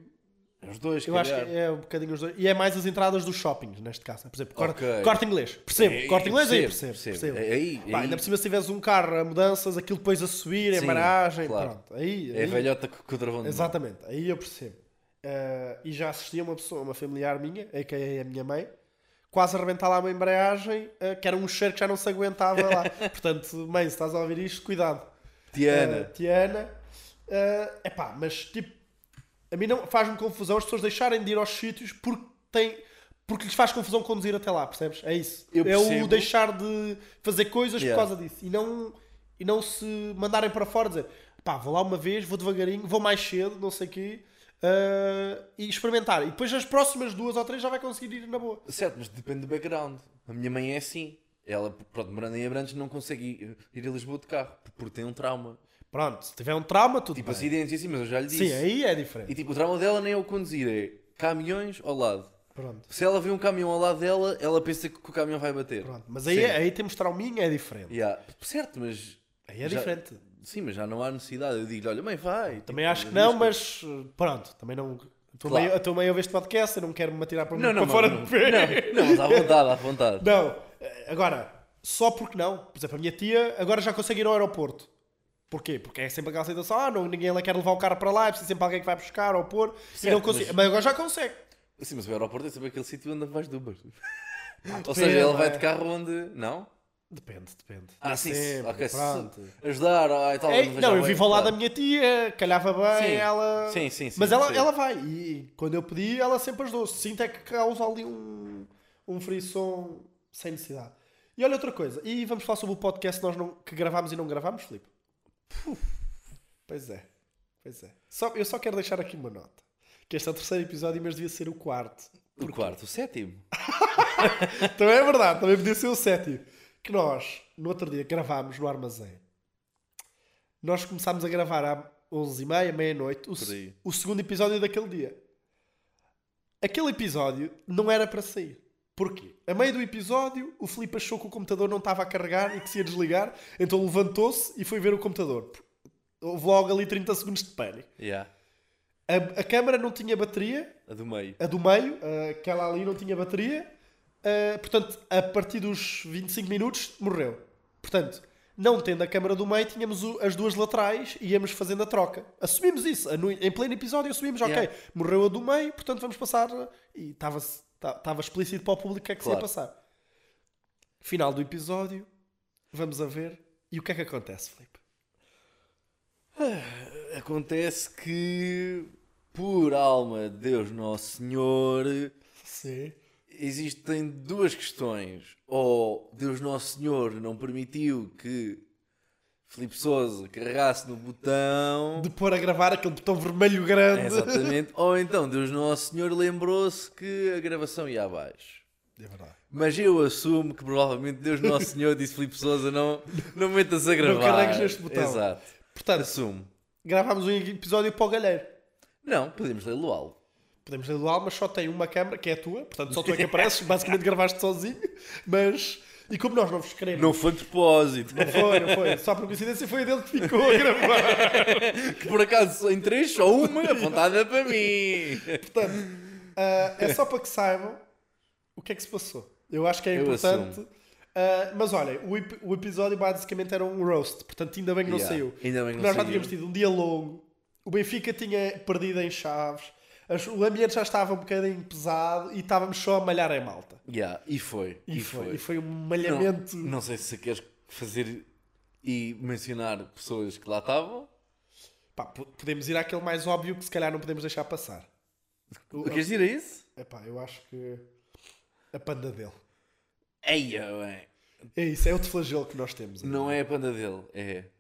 [SPEAKER 5] É Os dois,
[SPEAKER 6] Eu acho que é um bocadinho os dois. E é mais as entradas dos shoppings, neste caso. Por exemplo, cor-
[SPEAKER 5] Ok.
[SPEAKER 6] corte inglês. Percebo.
[SPEAKER 5] É,
[SPEAKER 6] corte inglês aí,
[SPEAKER 5] percebo,
[SPEAKER 6] percebo.
[SPEAKER 5] percebo.
[SPEAKER 6] percebo.
[SPEAKER 5] É aí, é
[SPEAKER 6] Pá,
[SPEAKER 5] aí.
[SPEAKER 6] ainda por cima, se tiveres um carro a mudanças, aquilo depois a subir, a
[SPEAKER 5] Sim,
[SPEAKER 6] embaragem.
[SPEAKER 5] claro.
[SPEAKER 6] Pronto. Aí,
[SPEAKER 5] É a
[SPEAKER 6] aí-
[SPEAKER 5] velhota com com o travão de mão.
[SPEAKER 6] Exatamente, aí eu percebo. Eh, e já assisti a uma pessoa, uma familiar minha, a que é a minha mãe, quase a arrebentar lá uma embreagem, eh, que era um cheiro que já não se aguentava lá. Portanto, mãe, se estás a ouvir isto, cuidado. Eh,
[SPEAKER 5] Tiana.
[SPEAKER 6] Tiana. Eh, epá, mas tipo, a mim não faz-me confusão as pessoas deixarem de ir aos sítios porque têm. Porque lhes faz confusão conduzir até lá, percebes? É isso.
[SPEAKER 5] Eu
[SPEAKER 6] é o
[SPEAKER 5] percebo.
[SPEAKER 6] deixar de fazer coisas
[SPEAKER 5] Yeah.
[SPEAKER 6] por causa disso. E não, e não se mandarem para fora dizer pá, vou lá uma vez, vou devagarinho, vou mais cedo, não sei o quê. eh, e experimentar. E depois as próximas duas ou três já vai conseguir ir na boa.
[SPEAKER 5] Certo, mas depende do background. A minha mãe é assim. Ela, pronto, morando em Abrantes, não consegue ir, ir a Lisboa de carro porque tem um trauma.
[SPEAKER 6] Pronto, se tiver um trauma, tudo
[SPEAKER 5] Tipo
[SPEAKER 6] bem.
[SPEAKER 5] acidentes e assim, mas eu já lhe disse.
[SPEAKER 6] Sim, aí é
[SPEAKER 5] E
[SPEAKER 6] diferente.
[SPEAKER 5] tipo, o drama dela nem é o conduzir, é caminhões ao lado.
[SPEAKER 6] Pronto,
[SPEAKER 5] Se ela vê um caminhão ao lado dela, ela pensa que o caminhão vai bater.
[SPEAKER 6] pronto. Mas aí,
[SPEAKER 5] Sim.
[SPEAKER 6] aí temos trauminha, é diferente.
[SPEAKER 5] Yeah. Certo, mas.
[SPEAKER 6] Aí é
[SPEAKER 5] já-
[SPEAKER 6] diferente.
[SPEAKER 5] Sim, mas já não há necessidade. Eu digo-lhe, olha, mãe, vai.
[SPEAKER 6] Também
[SPEAKER 5] Tipo,
[SPEAKER 6] acho que não,
[SPEAKER 5] arrisca.
[SPEAKER 6] mas uh, pronto, também não. A tua,
[SPEAKER 5] Claro.
[SPEAKER 6] mãe, a tua mãe ouve este podcast, eu não quero me atirar para,
[SPEAKER 5] Não, não,
[SPEAKER 6] para fora
[SPEAKER 5] não,
[SPEAKER 6] de pé.
[SPEAKER 5] Não, mas à vontade, à vontade.
[SPEAKER 6] Não, eh, agora, só porque não. Por exemplo, a minha tia agora já consegue ir ao aeroporto. Porquê? Porque é sempre aquela situação, ah, não, ninguém lá quer levar o cara para lá, é preciso sempre alguém que vai buscar ou pôr. e
[SPEAKER 5] Certo,
[SPEAKER 6] não consigo.
[SPEAKER 5] mas-
[SPEAKER 6] Mas... agora já consegue.
[SPEAKER 5] Sim, mas o aeroporto é sempre aquele sítio onde vais de Uber. Ou
[SPEAKER 6] depende,
[SPEAKER 5] seja, ele vai
[SPEAKER 6] é.
[SPEAKER 5] de carro onde. Não?
[SPEAKER 6] Depende, depende.
[SPEAKER 5] Ah,
[SPEAKER 6] Nem
[SPEAKER 5] sim,
[SPEAKER 6] sempre,
[SPEAKER 5] ok. se-
[SPEAKER 6] pronto.
[SPEAKER 5] Ajudar, ah, e tal.
[SPEAKER 6] É,
[SPEAKER 5] vejo
[SPEAKER 6] não, eu
[SPEAKER 5] bem,
[SPEAKER 6] vivo ao lado da
[SPEAKER 5] claro.
[SPEAKER 6] minha tia, calhava bem,
[SPEAKER 5] Sim.
[SPEAKER 6] ela.
[SPEAKER 5] Sim, sim, sim,
[SPEAKER 6] Mas ela,
[SPEAKER 5] sim.
[SPEAKER 6] ela vai. E, e quando eu pedi, ela sempre ajudou. Sinto é que causa ali um, um frisson sem necessidade. E olha outra coisa, e vamos falar sobre o podcast nós não, que gravámos e não gravámos, Filipe? Puh. Pois é, pois é. Só, eu só quero deixar aqui uma nota. Que este é o terceiro episódio, mas devia ser o quarto.
[SPEAKER 5] O quarto, o sétimo.
[SPEAKER 6] Também é verdade, também podia ser o sétimo. Que nós, no outro dia, gravámos no armazém. Nós começámos a gravar à 11h30, meia-noite, o,
[SPEAKER 5] Por aí.
[SPEAKER 6] o segundo episódio daquele dia. Aquele episódio não era para sair. Porquê? A meio do episódio, o Filipe achou que o computador não estava a carregar e que se ia desligar, então levantou-se e foi ver o computador. Houve logo ali 30 segundos de pânico.
[SPEAKER 5] Yeah.
[SPEAKER 6] A- a câmara não tinha bateria,
[SPEAKER 5] A do meio.
[SPEAKER 6] a do meio, eh, aquela ali não tinha bateria. Eh, portanto, a partir dos 25 minutos, morreu. Portanto, não tendo a câmara do meio, tínhamos o- as duas laterais e íamos fazendo a troca. Assumimos isso. a no- em pleno episódio assumimos,
[SPEAKER 5] Yeah.
[SPEAKER 6] ok, morreu a do meio, portanto vamos passar... eh, E estava ta- estava explícito para o público o que é que se ia
[SPEAKER 5] Claro.
[SPEAKER 6] passar. Final do episódio, vamos a ver. E o que é que acontece, Filipe?
[SPEAKER 5] Acontece que, por alma de Deus Nosso Senhor,
[SPEAKER 6] Sim.
[SPEAKER 5] existem duas questões. Ou Deus Nosso Senhor não permitiu que Filipe Souza carregasse no botão.
[SPEAKER 6] De pôr a gravar aquele botão vermelho grande.
[SPEAKER 5] É, Exatamente. Ou então Deus Nosso Senhor lembrou-se que a gravação ia abaixo.
[SPEAKER 6] É verdade.
[SPEAKER 5] Mas eu assumo que provavelmente Deus Nosso Senhor disse Filipe Souza não, não metas a gravar.
[SPEAKER 6] carregues neste botão.
[SPEAKER 5] Exato.
[SPEAKER 6] Portanto,
[SPEAKER 5] Assumo.
[SPEAKER 6] gravámos um episódio para o Galheiro.
[SPEAKER 5] Não, podemos ler Lual.
[SPEAKER 6] Podemos ler do alma, só tem uma câmara, que é a tua, portanto só tu é que apareces, basicamente gravaste sozinho, mas. E como nós não vos queremos.
[SPEAKER 5] Não foi de propósito.
[SPEAKER 6] Não foi, não foi. Só por coincidência foi a dele que ficou a gravar.
[SPEAKER 5] Que por acaso em três só uma apontada para mim.
[SPEAKER 6] Portanto, ah, é só para que saibam o que é que se passou. Eu acho que é
[SPEAKER 5] Eu
[SPEAKER 6] importante.
[SPEAKER 5] assumo.
[SPEAKER 6] Ah, mas olha, o, ep- o episódio basicamente era um roast, portanto ainda bem que não
[SPEAKER 5] Yeah,
[SPEAKER 6] saiu.
[SPEAKER 5] ainda bem que não
[SPEAKER 6] Nós já
[SPEAKER 5] saiu.
[SPEAKER 6] tínhamos tido um dia longo, o Benfica tinha perdido em chaves, as- o ambiente já estava um bocadinho pesado e estávamos só a malhar em malta.
[SPEAKER 5] Yeah, e foi.
[SPEAKER 6] E, foi, e foi um
[SPEAKER 5] Não,
[SPEAKER 6] malhamento.
[SPEAKER 5] não sei se queres fazer e mencionar pessoas que lá estavam.
[SPEAKER 6] Pá, po- podemos ir àquele mais óbvio que se calhar não podemos deixar passar.
[SPEAKER 5] Queres ir a isso?
[SPEAKER 6] Epá, eu acho que a panda dele.
[SPEAKER 5] Eia, bem.
[SPEAKER 6] É isso, é outro flagelo que nós temos. né?
[SPEAKER 5] Não é a panda dele, é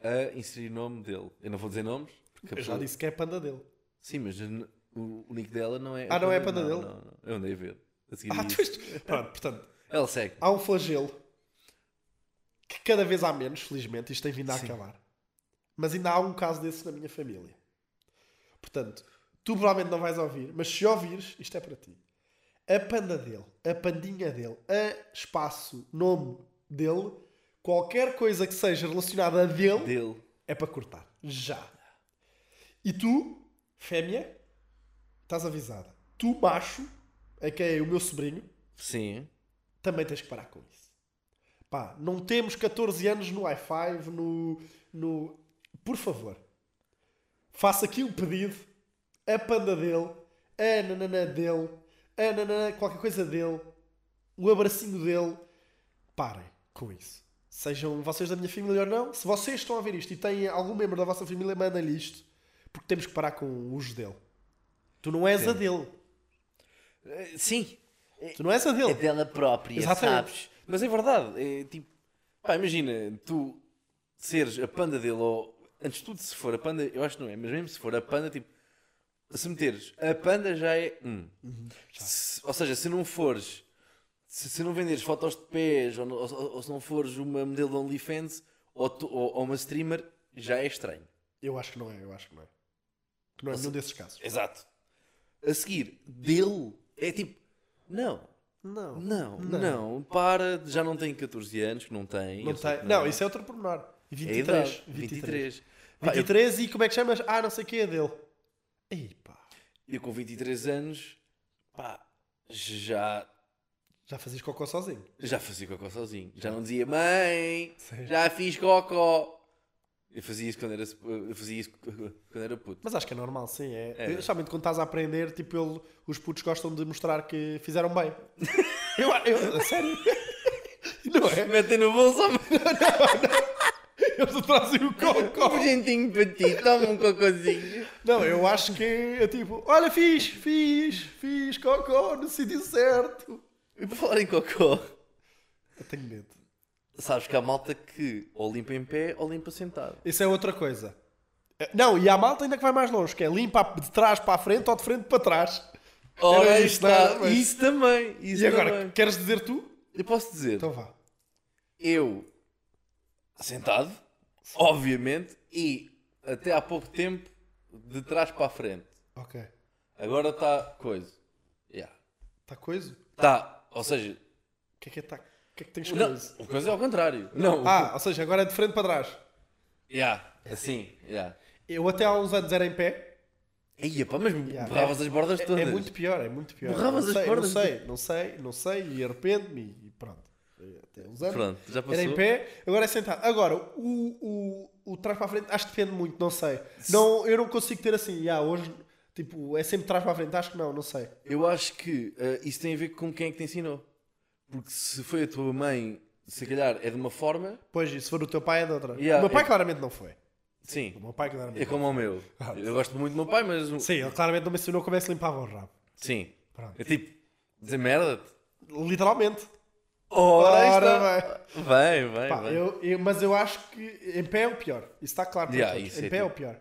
[SPEAKER 5] a inserir nome dele. Eu não vou dizer nomes, porque a
[SPEAKER 6] Eu já
[SPEAKER 5] pessoa...
[SPEAKER 6] disse que é a panda dele.
[SPEAKER 5] Sim, mas n- o, o nick dela não é.
[SPEAKER 6] Ah, não é a panda dele?
[SPEAKER 5] Não, não. Eu andei a ver. A seguir
[SPEAKER 6] Ah,
[SPEAKER 5] a isso.
[SPEAKER 6] tu és- Pronto, portanto,
[SPEAKER 5] Ela segue.
[SPEAKER 6] há um flagelo que cada vez há menos, felizmente, isto tem vindo a acabar. Mas ainda há um caso desse na minha família. Portanto, tu provavelmente não vais ouvir, mas se ouvires, isto é para ti. A panda dele, a pandinha dele, a espaço, nome dele, qualquer coisa que seja relacionada a dele,
[SPEAKER 5] Dele.
[SPEAKER 6] é para cortar. Já. E tu, fêmea, estás avisada. Tu, macho, a quem é o meu sobrinho,
[SPEAKER 5] Sim.
[SPEAKER 6] também tens que parar com isso. Pá, não temos 14 anos no i5, no, no... Por favor, faça aqui um pedido. A panda dele, a nananã dele, a nananã qualquer coisa dele, o abracinho dele. Parem com isso. Sejam vocês da minha família ou não, se vocês estão a ver isto e têm algum membro da vossa família, mandem-lhe isto. Porque temos que parar com o uso dele. Tu não és a dele.
[SPEAKER 5] Eh, Sim.
[SPEAKER 6] Tu não és a
[SPEAKER 5] É
[SPEAKER 6] dele.
[SPEAKER 5] dela própria,
[SPEAKER 6] Exatamente.
[SPEAKER 5] sabes? Mas é verdade. É tipo. Pá, imagina, tu seres a panda dele ou. Antes de tudo, se for a panda, eu acho que não é, mas mesmo se for a panda, tipo. Se meteres a panda já é. um. Se- ou seja, se não fores. Se, se não venderes fotos de pés ou, no- ou- ou se não fores uma modelo de OnlyFans ou, tu- ou- ou uma streamer, já é estranho.
[SPEAKER 6] Eu acho que não é, eu acho que não é. Que não é nenhum desses casos.
[SPEAKER 5] Exato. A seguir, dele, é tipo, não,
[SPEAKER 6] Não.
[SPEAKER 5] não, não, para, já não tem 14 anos, que não tem.
[SPEAKER 6] Não,
[SPEAKER 5] eu sei
[SPEAKER 6] tem-
[SPEAKER 5] que
[SPEAKER 6] não, isso é outro pormenor. E
[SPEAKER 5] É a
[SPEAKER 6] 23.
[SPEAKER 5] idade,
[SPEAKER 6] 23.
[SPEAKER 5] 23. Pá, eu-
[SPEAKER 6] 23 e como é que chamas? Ah, não sei o que é dele. Ei pá,
[SPEAKER 5] Eu com 23 anos, pá, já,
[SPEAKER 6] já fazias cocô sozinho.
[SPEAKER 5] já fazia cocó sozinho. Já não dizia, mãe,
[SPEAKER 6] Sim.
[SPEAKER 5] já fiz cocó. Eu fazia isso quando era, eu fazia isso quando era puto.
[SPEAKER 6] Mas acho que é normal, sim. É.
[SPEAKER 5] É.
[SPEAKER 6] Especialmente quando estás a aprender, tipo, ele- os putos gostam de mostrar que fizeram bem. eu, eu, a sério. Não é?
[SPEAKER 5] Metem no bolso, ó,
[SPEAKER 6] Eles trazem o cocó.
[SPEAKER 5] um gentinho para ti, toma um cocôzinho.
[SPEAKER 6] Não, eu acho que é tipo, olha, fiz, fiz, fiz cocó no sítio certo.
[SPEAKER 5] E por falar em cocó,
[SPEAKER 6] Eu tenho medo.
[SPEAKER 5] sabes que há malta que ou limpa em pé ou limpa sentado.
[SPEAKER 6] Isso é outra coisa. É, Não, e há malta ainda que vai mais longe, que é limpa de trás para a frente ou de frente para trás.
[SPEAKER 5] Ora,
[SPEAKER 6] Era
[SPEAKER 5] aí
[SPEAKER 6] isto,
[SPEAKER 5] está.
[SPEAKER 6] não é?
[SPEAKER 5] Isso também. Isso
[SPEAKER 6] e agora,
[SPEAKER 5] também.
[SPEAKER 6] queres dizer tu?
[SPEAKER 5] Eu posso dizer,
[SPEAKER 6] Então vá.
[SPEAKER 5] eu sentado, obviamente, e até há pouco tempo de trás para a frente.
[SPEAKER 6] Ok.
[SPEAKER 5] Agora está coisa. Yeah.
[SPEAKER 6] Está coisa? Tá
[SPEAKER 5] Está,
[SPEAKER 6] O
[SPEAKER 5] ou seja,
[SPEAKER 6] que é que é tá? O que é que tens
[SPEAKER 5] não,
[SPEAKER 6] coisa?
[SPEAKER 5] o coisa é ao contrário. Não,
[SPEAKER 6] Ah, É ou seja, agora é de frente para trás.
[SPEAKER 5] yeah, assim, yeah.
[SPEAKER 6] Eu até há uns anos era em pé.
[SPEAKER 5] Aí, pá, mas
[SPEAKER 6] Yeah.
[SPEAKER 5] borravas as bordas todas.
[SPEAKER 6] É muito pior, é muito pior.
[SPEAKER 5] Borravas
[SPEAKER 6] não
[SPEAKER 5] as
[SPEAKER 6] sei,
[SPEAKER 5] cordas.
[SPEAKER 6] Não sei, não sei, não sei, e arrependo-me e pronto. Até uns anos.
[SPEAKER 5] Pronto, já
[SPEAKER 6] Era em
[SPEAKER 5] passou.
[SPEAKER 6] pé, agora é sentado. Agora, o, o, o trás para a frente acho que depende muito, não sei. Não, eu não consigo ter assim, ah, hoje, tipo, é sempre trás para a frente, acho que não, não sei.
[SPEAKER 5] Eu acho que eh, isso tem a ver com quem é que te ensinou. Porque se foi a tua mãe, se calhar é de uma forma,
[SPEAKER 6] Pois, e se for o teu pai é de outra.
[SPEAKER 5] Yeah,
[SPEAKER 6] o meu pai
[SPEAKER 5] é-
[SPEAKER 6] claramente não foi.
[SPEAKER 5] sim,
[SPEAKER 6] O meu pai
[SPEAKER 5] é
[SPEAKER 6] claramente
[SPEAKER 5] como o meu.
[SPEAKER 6] Ah.
[SPEAKER 5] Eu gosto muito do meu pai, mas.
[SPEAKER 6] Sim, ele claramente não me ensinou como é que se limpava o rabo.
[SPEAKER 5] Sim.
[SPEAKER 6] Pronto.
[SPEAKER 5] É tipo, dizer merda-te.
[SPEAKER 6] Literalmente.
[SPEAKER 5] Ora, tá-
[SPEAKER 6] Ora,
[SPEAKER 5] está. Vem, vem,
[SPEAKER 6] Pá,
[SPEAKER 5] vem.
[SPEAKER 6] eu- eu- mas eu acho que em pé é o pior. Isso está claro. para
[SPEAKER 5] Yeah,
[SPEAKER 6] todos.
[SPEAKER 5] isso
[SPEAKER 6] em
[SPEAKER 5] é
[SPEAKER 6] pé é o
[SPEAKER 5] tipo-
[SPEAKER 6] pior.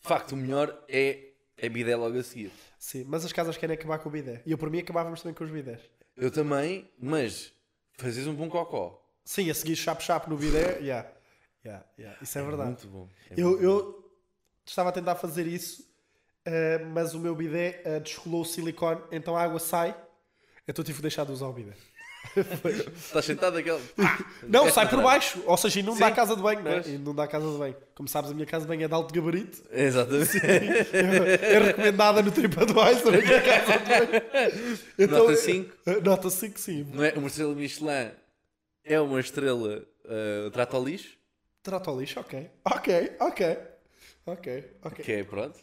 [SPEAKER 5] De facto, o melhor é a bidé logo a seguir.
[SPEAKER 6] Sim, mas as casas querem acabar com o bidé. E eu, por mim, acabávamos também com os bidés.
[SPEAKER 5] Eu também, mas fazes um bom cocó.
[SPEAKER 6] Sim, a seguir chapo-chapo no bidé. Yeah. Yeah, yeah. Isso é verdade.
[SPEAKER 5] Muito bom. É
[SPEAKER 6] eu,
[SPEAKER 5] muito
[SPEAKER 6] eu estava a tentar fazer isso, eh, mas o meu bidé eh, descolou o silicone, então a água sai. Então tive que deixar de usar o bidé.
[SPEAKER 5] bom. Estás sentado aquele.
[SPEAKER 6] Não,
[SPEAKER 5] Esta
[SPEAKER 6] sai por
[SPEAKER 5] frase.
[SPEAKER 6] baixo. Ou seja, inunda a
[SPEAKER 5] Sim.
[SPEAKER 6] casa de banho, não é?
[SPEAKER 5] Pois.
[SPEAKER 6] Inunda a casa de banho. Como sabes, a minha casa de banho é de alto gabarito.
[SPEAKER 5] Exatamente.
[SPEAKER 6] é recomendada no TripAdvisor. a minha casa de banho. Então,
[SPEAKER 5] Nota
[SPEAKER 6] eh,
[SPEAKER 5] 5.
[SPEAKER 6] eh, Nota 5, sim.
[SPEAKER 5] Não é uma estrela Michelin, é uma estrela uh, trata ao lixo,
[SPEAKER 6] Trata o lixo, ok. Ok, ok. Ok, ok.
[SPEAKER 5] que é pronto.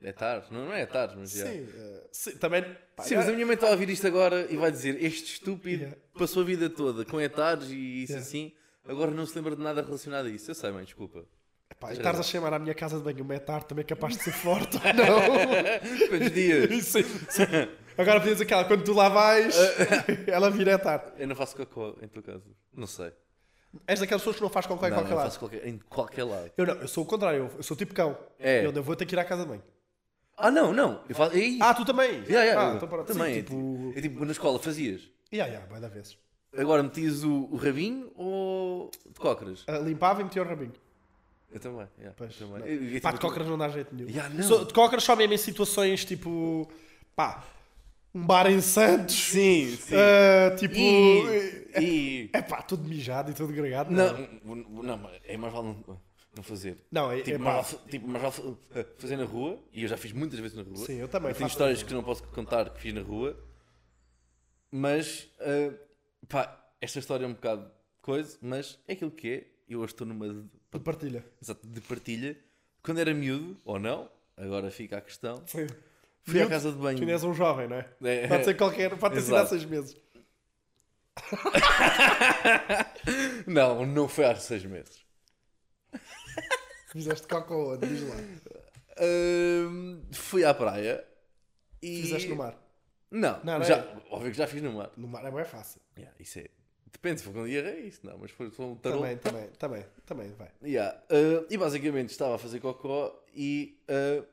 [SPEAKER 5] É tarde, não, não é tarde, mas já.
[SPEAKER 6] Sim, eh, sim, também. pá,
[SPEAKER 5] Sim, mas a minha mãe está a ouvir isto agora e vai dizer: Este estúpido
[SPEAKER 6] Yeah.
[SPEAKER 5] passou a vida toda com etares e isso
[SPEAKER 6] Yeah.
[SPEAKER 5] assim, agora não se lembra de nada relacionado a isso. Eu sei, mãe, desculpa.
[SPEAKER 6] Pá, estás a chamar à minha casa de banho uma etar também é capaz de ser forte ou não?
[SPEAKER 5] Quantos dias?
[SPEAKER 6] Sim, sim. Agora pedias aquela, quando tu lá vais, ela vira etar.
[SPEAKER 5] Eu não faço cocô em tua casa. Não sei.
[SPEAKER 6] És daquelas pessoas que não faz com qualquer
[SPEAKER 5] não, eu
[SPEAKER 6] lado.
[SPEAKER 5] faço qualquer, em qualquer lado.
[SPEAKER 6] Eu não, eu sou o contrário, eu- eu sou tipo cão.
[SPEAKER 5] É.
[SPEAKER 6] Eu não vou ter que ir à casa de banho.
[SPEAKER 5] Ah, não, não. Eu faço. Ei,
[SPEAKER 6] Ah, tu também?
[SPEAKER 5] yeah, yeah,
[SPEAKER 6] ah,
[SPEAKER 5] eu
[SPEAKER 6] então pronto.
[SPEAKER 5] também.
[SPEAKER 6] Sim,
[SPEAKER 5] é
[SPEAKER 6] tipo...
[SPEAKER 5] tipo, é tipo, na escola fazias.
[SPEAKER 6] Yeah, yeah, vai dar vezes.
[SPEAKER 5] Agora metias o, o rabinho ou de cócoras?
[SPEAKER 6] Ah, limpava e metia o rabinho.
[SPEAKER 5] Eu também. Yeah,
[SPEAKER 6] Pois,
[SPEAKER 5] eu também. tipo,
[SPEAKER 6] não.
[SPEAKER 5] Eu- eu-
[SPEAKER 6] Pá,
[SPEAKER 5] eu-
[SPEAKER 6] de cócoras não dá jeito nenhum.
[SPEAKER 5] Yeah, não.
[SPEAKER 6] Só- de cócoras só mesmo em situações tipo... Pá, um bar em Santos.
[SPEAKER 5] Sim, sim.
[SPEAKER 6] ah, tipo...
[SPEAKER 5] e, e-
[SPEAKER 6] É pá, tudo mijado e tudo gregado.
[SPEAKER 5] Não, não, mas é mais vale não, não fazer.
[SPEAKER 6] Não, é,
[SPEAKER 5] Tipo,
[SPEAKER 6] é pá.
[SPEAKER 5] mais vale, tipo, mais vale fa- fazer na rua, e eu já fiz muitas vezes na rua.
[SPEAKER 6] Sim, eu também
[SPEAKER 5] tenho
[SPEAKER 6] faço.
[SPEAKER 5] histórias que não posso contar que fiz na rua, mas ah, pá, esta história é um bocado coisa, mas é aquilo que é. Eu hoje estou numa de,
[SPEAKER 6] De partilha.
[SPEAKER 5] exato, de partilha. Quando era miúdo, ou não, agora fica a questão.
[SPEAKER 6] Sim.
[SPEAKER 5] Fui à casa de banho.
[SPEAKER 6] Tu ainda és um jovem, não é?
[SPEAKER 5] É.
[SPEAKER 6] Pode ser qualquer, pode ter sido há
[SPEAKER 5] Exato.
[SPEAKER 6] seis meses.
[SPEAKER 5] Não, não foi há seis meses.
[SPEAKER 6] Fizeste cocô, onde? diz lá.
[SPEAKER 5] Ahm, Hum, fui à praia e.
[SPEAKER 6] Fizeste no mar.
[SPEAKER 5] Não,
[SPEAKER 6] Não, não
[SPEAKER 5] já,
[SPEAKER 6] é.
[SPEAKER 5] óbvio que já fiz no mar.
[SPEAKER 6] No mar é bem fácil.
[SPEAKER 5] Yeah, isso é. Depende se for com diarreia, isso não, mas foi foi um tarol.
[SPEAKER 6] Também, também, também, também, vai.
[SPEAKER 5] Yeah. ah, e basicamente estava a fazer cocó e ah,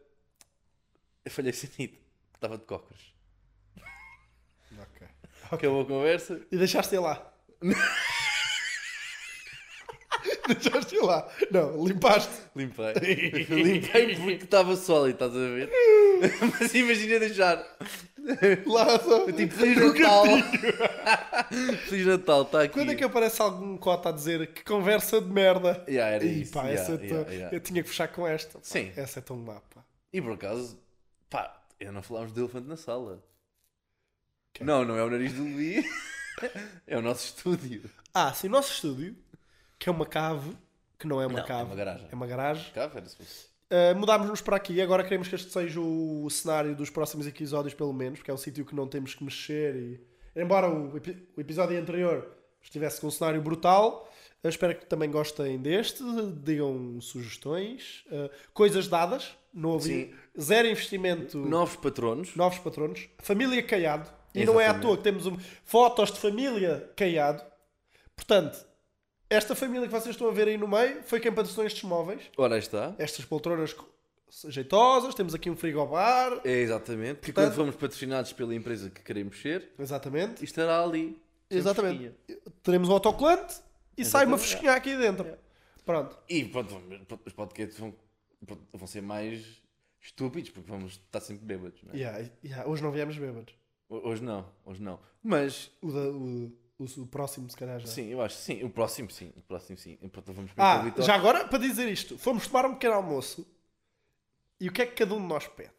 [SPEAKER 5] eu falhei sentido. Estava de cócoras. é
[SPEAKER 6] Ok.
[SPEAKER 5] Acabou a conversa.
[SPEAKER 6] E deixaste ele lá. Deixaste lá. Não, limpaste.
[SPEAKER 5] Limpei. Limpei porque estava sólido, estás a ver? Mas imagina deixar.
[SPEAKER 6] Lá só.
[SPEAKER 5] Tipo, Feliz Natal. Feliz Natal, está aqui.
[SPEAKER 6] Quando é que aparece algum cota a dizer que conversa de merda?
[SPEAKER 5] Yeah, era
[SPEAKER 6] Ih,
[SPEAKER 5] É isso.
[SPEAKER 6] pá,
[SPEAKER 5] Yeah,
[SPEAKER 6] essa eu
[SPEAKER 5] yeah,
[SPEAKER 6] tô-
[SPEAKER 5] yeah.
[SPEAKER 6] eu tinha que fechar com esta. pá.
[SPEAKER 5] Sim.
[SPEAKER 6] Essa é tão má, pá.
[SPEAKER 5] E por acaso, pá, ainda não falámos de elefante na sala.
[SPEAKER 6] Quem?
[SPEAKER 5] Não, não é o nariz do Luís. é o nosso estúdio.
[SPEAKER 6] Ah, sim, o nosso estúdio, que é uma cave, que não é uma
[SPEAKER 5] Não, é
[SPEAKER 6] cave,
[SPEAKER 5] uma garagem.
[SPEAKER 6] É uma garagem.
[SPEAKER 5] Cá, era suposto.
[SPEAKER 6] Ah, Mudámos-nos para aqui, agora queremos que este seja o cenário dos próximos episódios, pelo menos, porque é um sítio que não temos que mexer. E... Embora o, epi- o episódio anterior estivesse com um cenário brutal, eu espero que também gostem deste. Digam sugestões, ah, coisas dadas, não havia
[SPEAKER 5] Sim.
[SPEAKER 6] zero investimento.
[SPEAKER 5] Novos patronos.
[SPEAKER 6] novos patronos, família Caiado, e não é à
[SPEAKER 5] Exatamente.
[SPEAKER 6] toa que temos um- fotos de família Caiado. Portanto, esta família que vocês estão a ver aí no meio foi quem patrocinou estes móveis,
[SPEAKER 5] Ora aí está.
[SPEAKER 6] estas poltronas co- jeitosas, temos aqui um frigobar,
[SPEAKER 5] É exatamente. Porque
[SPEAKER 6] Portanto-
[SPEAKER 5] quando fomos patrocinados pela empresa que queremos ser,
[SPEAKER 6] exatamente,
[SPEAKER 5] isto era ali. Sempre
[SPEAKER 6] exatamente.
[SPEAKER 5] fresquinha.
[SPEAKER 6] Teremos um autocolante e sai
[SPEAKER 5] Exatamente.
[SPEAKER 6] uma
[SPEAKER 5] É.
[SPEAKER 6] fresquinha aqui dentro. Pronto,
[SPEAKER 5] E pronto, vamos- os podcasts vão, vão ser mais estúpidos porque vamos estar sempre bêbados. Não é?
[SPEAKER 6] Yeah, yeah, hoje não viemos bêbados.
[SPEAKER 5] Ho- Hoje não, hoje não. Mas
[SPEAKER 6] O, da- o- o- o próximo, se calhar já.
[SPEAKER 5] sim, eu acho que sim. O próximo sim. O próximo sim. E Pronto, vamos
[SPEAKER 6] Ah,
[SPEAKER 5] para o Vitor.
[SPEAKER 6] já agora, para dizer isto, fomos tomar um pequeno almoço e o que é que cada um de nós pede?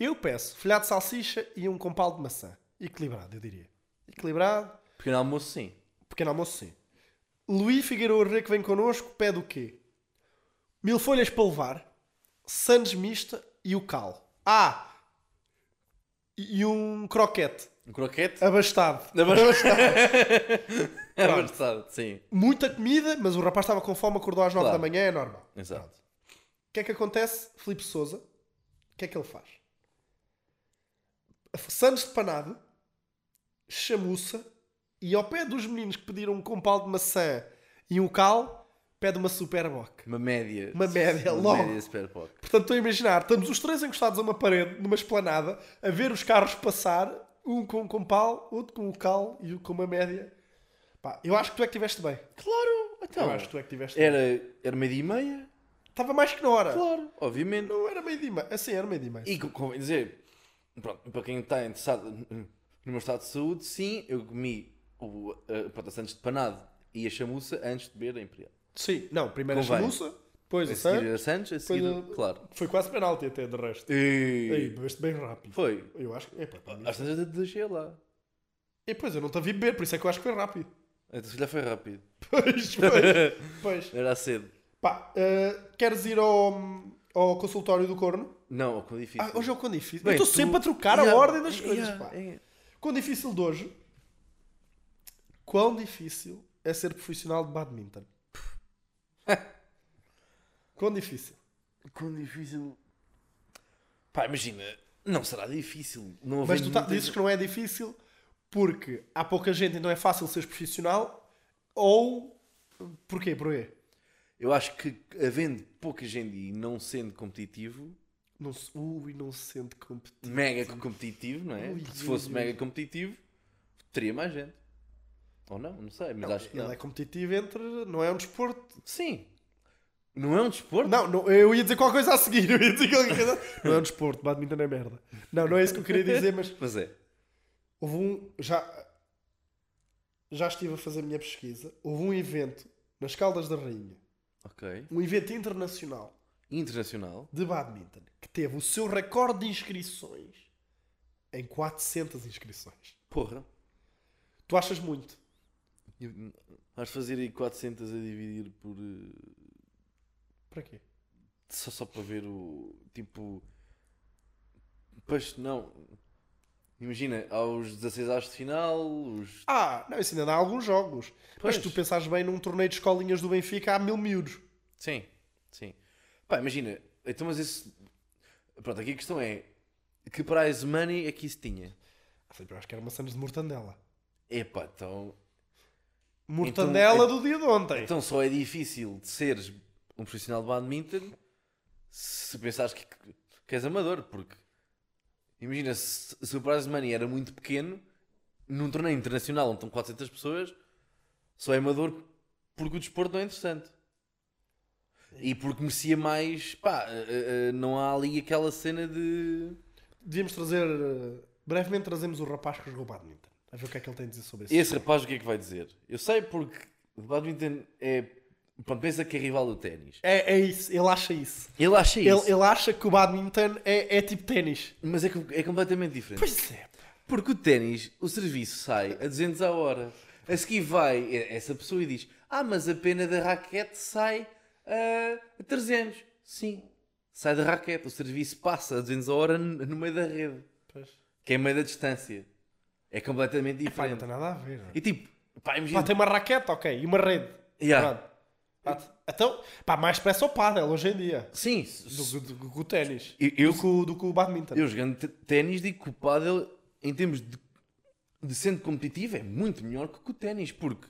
[SPEAKER 6] Eu peço folhado de salsicha e um compal de maçã. Equilibrado, eu diria. Equilibrado,
[SPEAKER 5] Pequeno almoço sim.
[SPEAKER 6] pequeno almoço sim. Luís Figueiredo Rê, que vem connosco, pede o quê? Mil folhas para levar, sandes mista e o cal. Ah! E um croquete,
[SPEAKER 5] Um
[SPEAKER 6] Ah,
[SPEAKER 5] croquete.
[SPEAKER 6] abastado.
[SPEAKER 5] É verdade, sim.
[SPEAKER 6] Muita comida, mas o rapaz estava com fome, acordou às 9
[SPEAKER 5] Claro.
[SPEAKER 6] da manhã, é normal.
[SPEAKER 5] Exato.
[SPEAKER 6] O que é que acontece? Filipe Souza, o que é que ele faz? Santos de panado, chamuça e ao pé dos meninos que pediram um compal de maçã e um cal, pede uma superboc.
[SPEAKER 5] Uma média.
[SPEAKER 6] Uma média,
[SPEAKER 5] Uma
[SPEAKER 6] logo.
[SPEAKER 5] média super pop.
[SPEAKER 6] Portanto, estou a imaginar, estamos os três encostados a uma parede, numa esplanada, a ver os carros passar, um com um compal, outro com o cal e o com uma média. Pá, eu acho que tu é que estiveste bem.
[SPEAKER 5] Claro, então.
[SPEAKER 6] eu acho que tu é que estiveste bem.
[SPEAKER 5] Era, era meio dia e meia?
[SPEAKER 6] Estava mais que na hora.
[SPEAKER 5] Claro, obviamente.
[SPEAKER 6] Não era meio-dia e meia. Assim, era meio-dia e meia.
[SPEAKER 5] E co- convém dizer, pronto, para quem está interessado n- n- no meu estado de saúde, sim, eu comi o uh, pronto, antes de panado e a chamuça antes de beber a Imperial.
[SPEAKER 6] Sim, não, primeiro a
[SPEAKER 5] Convém.
[SPEAKER 6] chamuça, depois
[SPEAKER 5] A
[SPEAKER 6] o
[SPEAKER 5] seguir
[SPEAKER 6] Santos.
[SPEAKER 5] a Sanches, a seguir,
[SPEAKER 6] depois a-
[SPEAKER 5] claro.
[SPEAKER 6] Foi quase penalti até, de resto. Aí,
[SPEAKER 5] E...
[SPEAKER 6] bebeste bem rápido.
[SPEAKER 5] Foi.
[SPEAKER 6] Eu acho que. Epá, para mim-
[SPEAKER 5] Às tantas eu deixei lá.
[SPEAKER 6] E depois eu não te vi beber, por isso é que eu acho que foi rápido.
[SPEAKER 5] Então se calhar foi rápido.
[SPEAKER 6] Pois, pois. pois.
[SPEAKER 5] Era cedo.
[SPEAKER 6] Pá, eh, queres ir ao, ao consultório do corno?
[SPEAKER 5] Não, o quão difícil.
[SPEAKER 6] Ah, hoje é o quão difícil.
[SPEAKER 5] Bem,
[SPEAKER 6] eu estou
[SPEAKER 5] tu-
[SPEAKER 6] sempre a trocar a
[SPEAKER 5] Yeah,
[SPEAKER 6] ordem das coisas,
[SPEAKER 5] yeah,
[SPEAKER 6] pá.
[SPEAKER 5] é.
[SPEAKER 6] Quão difícil de hoje. Quão difícil é ser profissional de badminton? quão difícil.
[SPEAKER 5] Quão difícil. Pá, imagina, não será difícil. Não
[SPEAKER 6] Mas
[SPEAKER 5] havendo
[SPEAKER 6] tu tá-
[SPEAKER 5] muita
[SPEAKER 6] dizes
[SPEAKER 5] gente-
[SPEAKER 6] que não é difícil porque há pouca gente, então é fácil seres profissional? Ou. Porquê? Porquê?
[SPEAKER 5] Eu acho que havendo pouca gente e não sendo competitivo,
[SPEAKER 6] Não se, ui, não se sente competente.
[SPEAKER 5] mega competitivo, não é?
[SPEAKER 6] Ui,
[SPEAKER 5] Porque se
[SPEAKER 6] ui,
[SPEAKER 5] fosse
[SPEAKER 6] ui.
[SPEAKER 5] mega competitivo, teria mais gente. Ou não, não sei, mas acho que não.
[SPEAKER 6] Ele é competitivo entre. Não é um desporto.
[SPEAKER 5] Sim. Não é um desporto?
[SPEAKER 6] Não, não, eu ia dizer qualquer coisa a seguir. Eu ia dizer qualquer coisa. Não é um desporto, badminton é merda. Não, não é isso que eu queria dizer, mas
[SPEAKER 5] Mas é.
[SPEAKER 6] houve um. Já, já estive a fazer a minha pesquisa. Houve um evento nas Caldas da Rainha,
[SPEAKER 5] Ok.
[SPEAKER 6] um evento internacional
[SPEAKER 5] Internacional.
[SPEAKER 6] de badminton que teve o seu recorde de inscrições em 400 inscrições.
[SPEAKER 5] Porra.
[SPEAKER 6] Tu achas muito?
[SPEAKER 5] Eu- Vais fazer aí 400 a dividir por. eh,
[SPEAKER 6] Para quê?
[SPEAKER 5] Só, só para ver o. Tipo. Pois não. Imagina, há os 16 aos de final, os.
[SPEAKER 6] Ah, não, isso ainda dá alguns jogos.
[SPEAKER 5] Pois.
[SPEAKER 6] Mas se tu pensares bem num torneio de escolinhas do Benfica há mil miúdos.
[SPEAKER 5] Sim, sim. Pá, imagina, então mas esse. Pronto, aqui a questão é. Que prize money é que isso tinha?
[SPEAKER 6] Ah, Filipe, eu acho que era maçãs de mortandela.
[SPEAKER 5] Epá, então.
[SPEAKER 6] Mortandela
[SPEAKER 5] Então,
[SPEAKER 6] do dia de ontem.
[SPEAKER 5] Então só é difícil de seres um profissional de badminton se pensares que, que és amador, porque. Imagina, se, se o prize money era muito pequeno, num torneio internacional onde estão 400 pessoas, só é amador porque o desporto não é interessante. E porque merecia mais, pá, eh, eh, não há ali aquela cena de.
[SPEAKER 6] Devíamos trazer. eh, Brevemente trazemos o rapaz que jogou badminton. A ver o que é que ele tem a dizer sobre isso.
[SPEAKER 5] Esse rapaz o que é que vai dizer? Eu sei porque o badminton é. Pronto, pensa que é rival do ténis.
[SPEAKER 6] É, é isso, ele acha isso.
[SPEAKER 5] Ele acha
[SPEAKER 6] Ele,
[SPEAKER 5] isso.
[SPEAKER 6] ele acha que o badminton é, é tipo ténis.
[SPEAKER 5] Mas é, com- é completamente diferente.
[SPEAKER 6] Pois é.
[SPEAKER 5] Porque o ténis, o serviço sai a 200 a hora. A seguir vai e- essa pessoa e diz: Ah, mas a pena da raquete sai ah, a 300. Sim, sai da raquete. O serviço passa a 200 a hora no no meio da rede, que é meio da distância. É completamente
[SPEAKER 6] Pá, não
[SPEAKER 5] diferente.
[SPEAKER 6] tem nada a ver.
[SPEAKER 5] e tipo, pá,
[SPEAKER 6] Pá,
[SPEAKER 5] imagina.
[SPEAKER 6] tem uma raqueta, ok, e uma rede.
[SPEAKER 5] Yeah.
[SPEAKER 6] Pronto. Pá, Então, pá, mais pressa ao pádel hoje em dia.
[SPEAKER 5] Sim, se-
[SPEAKER 6] Do,
[SPEAKER 5] se-
[SPEAKER 6] do, do, que o ténis.
[SPEAKER 5] eu, eu,
[SPEAKER 6] Do que o- do que o badminton.
[SPEAKER 5] eu jogando t- ténis, digo que o pádel, em termos de, de sendo competitivo, é muito melhor que o ténis, porque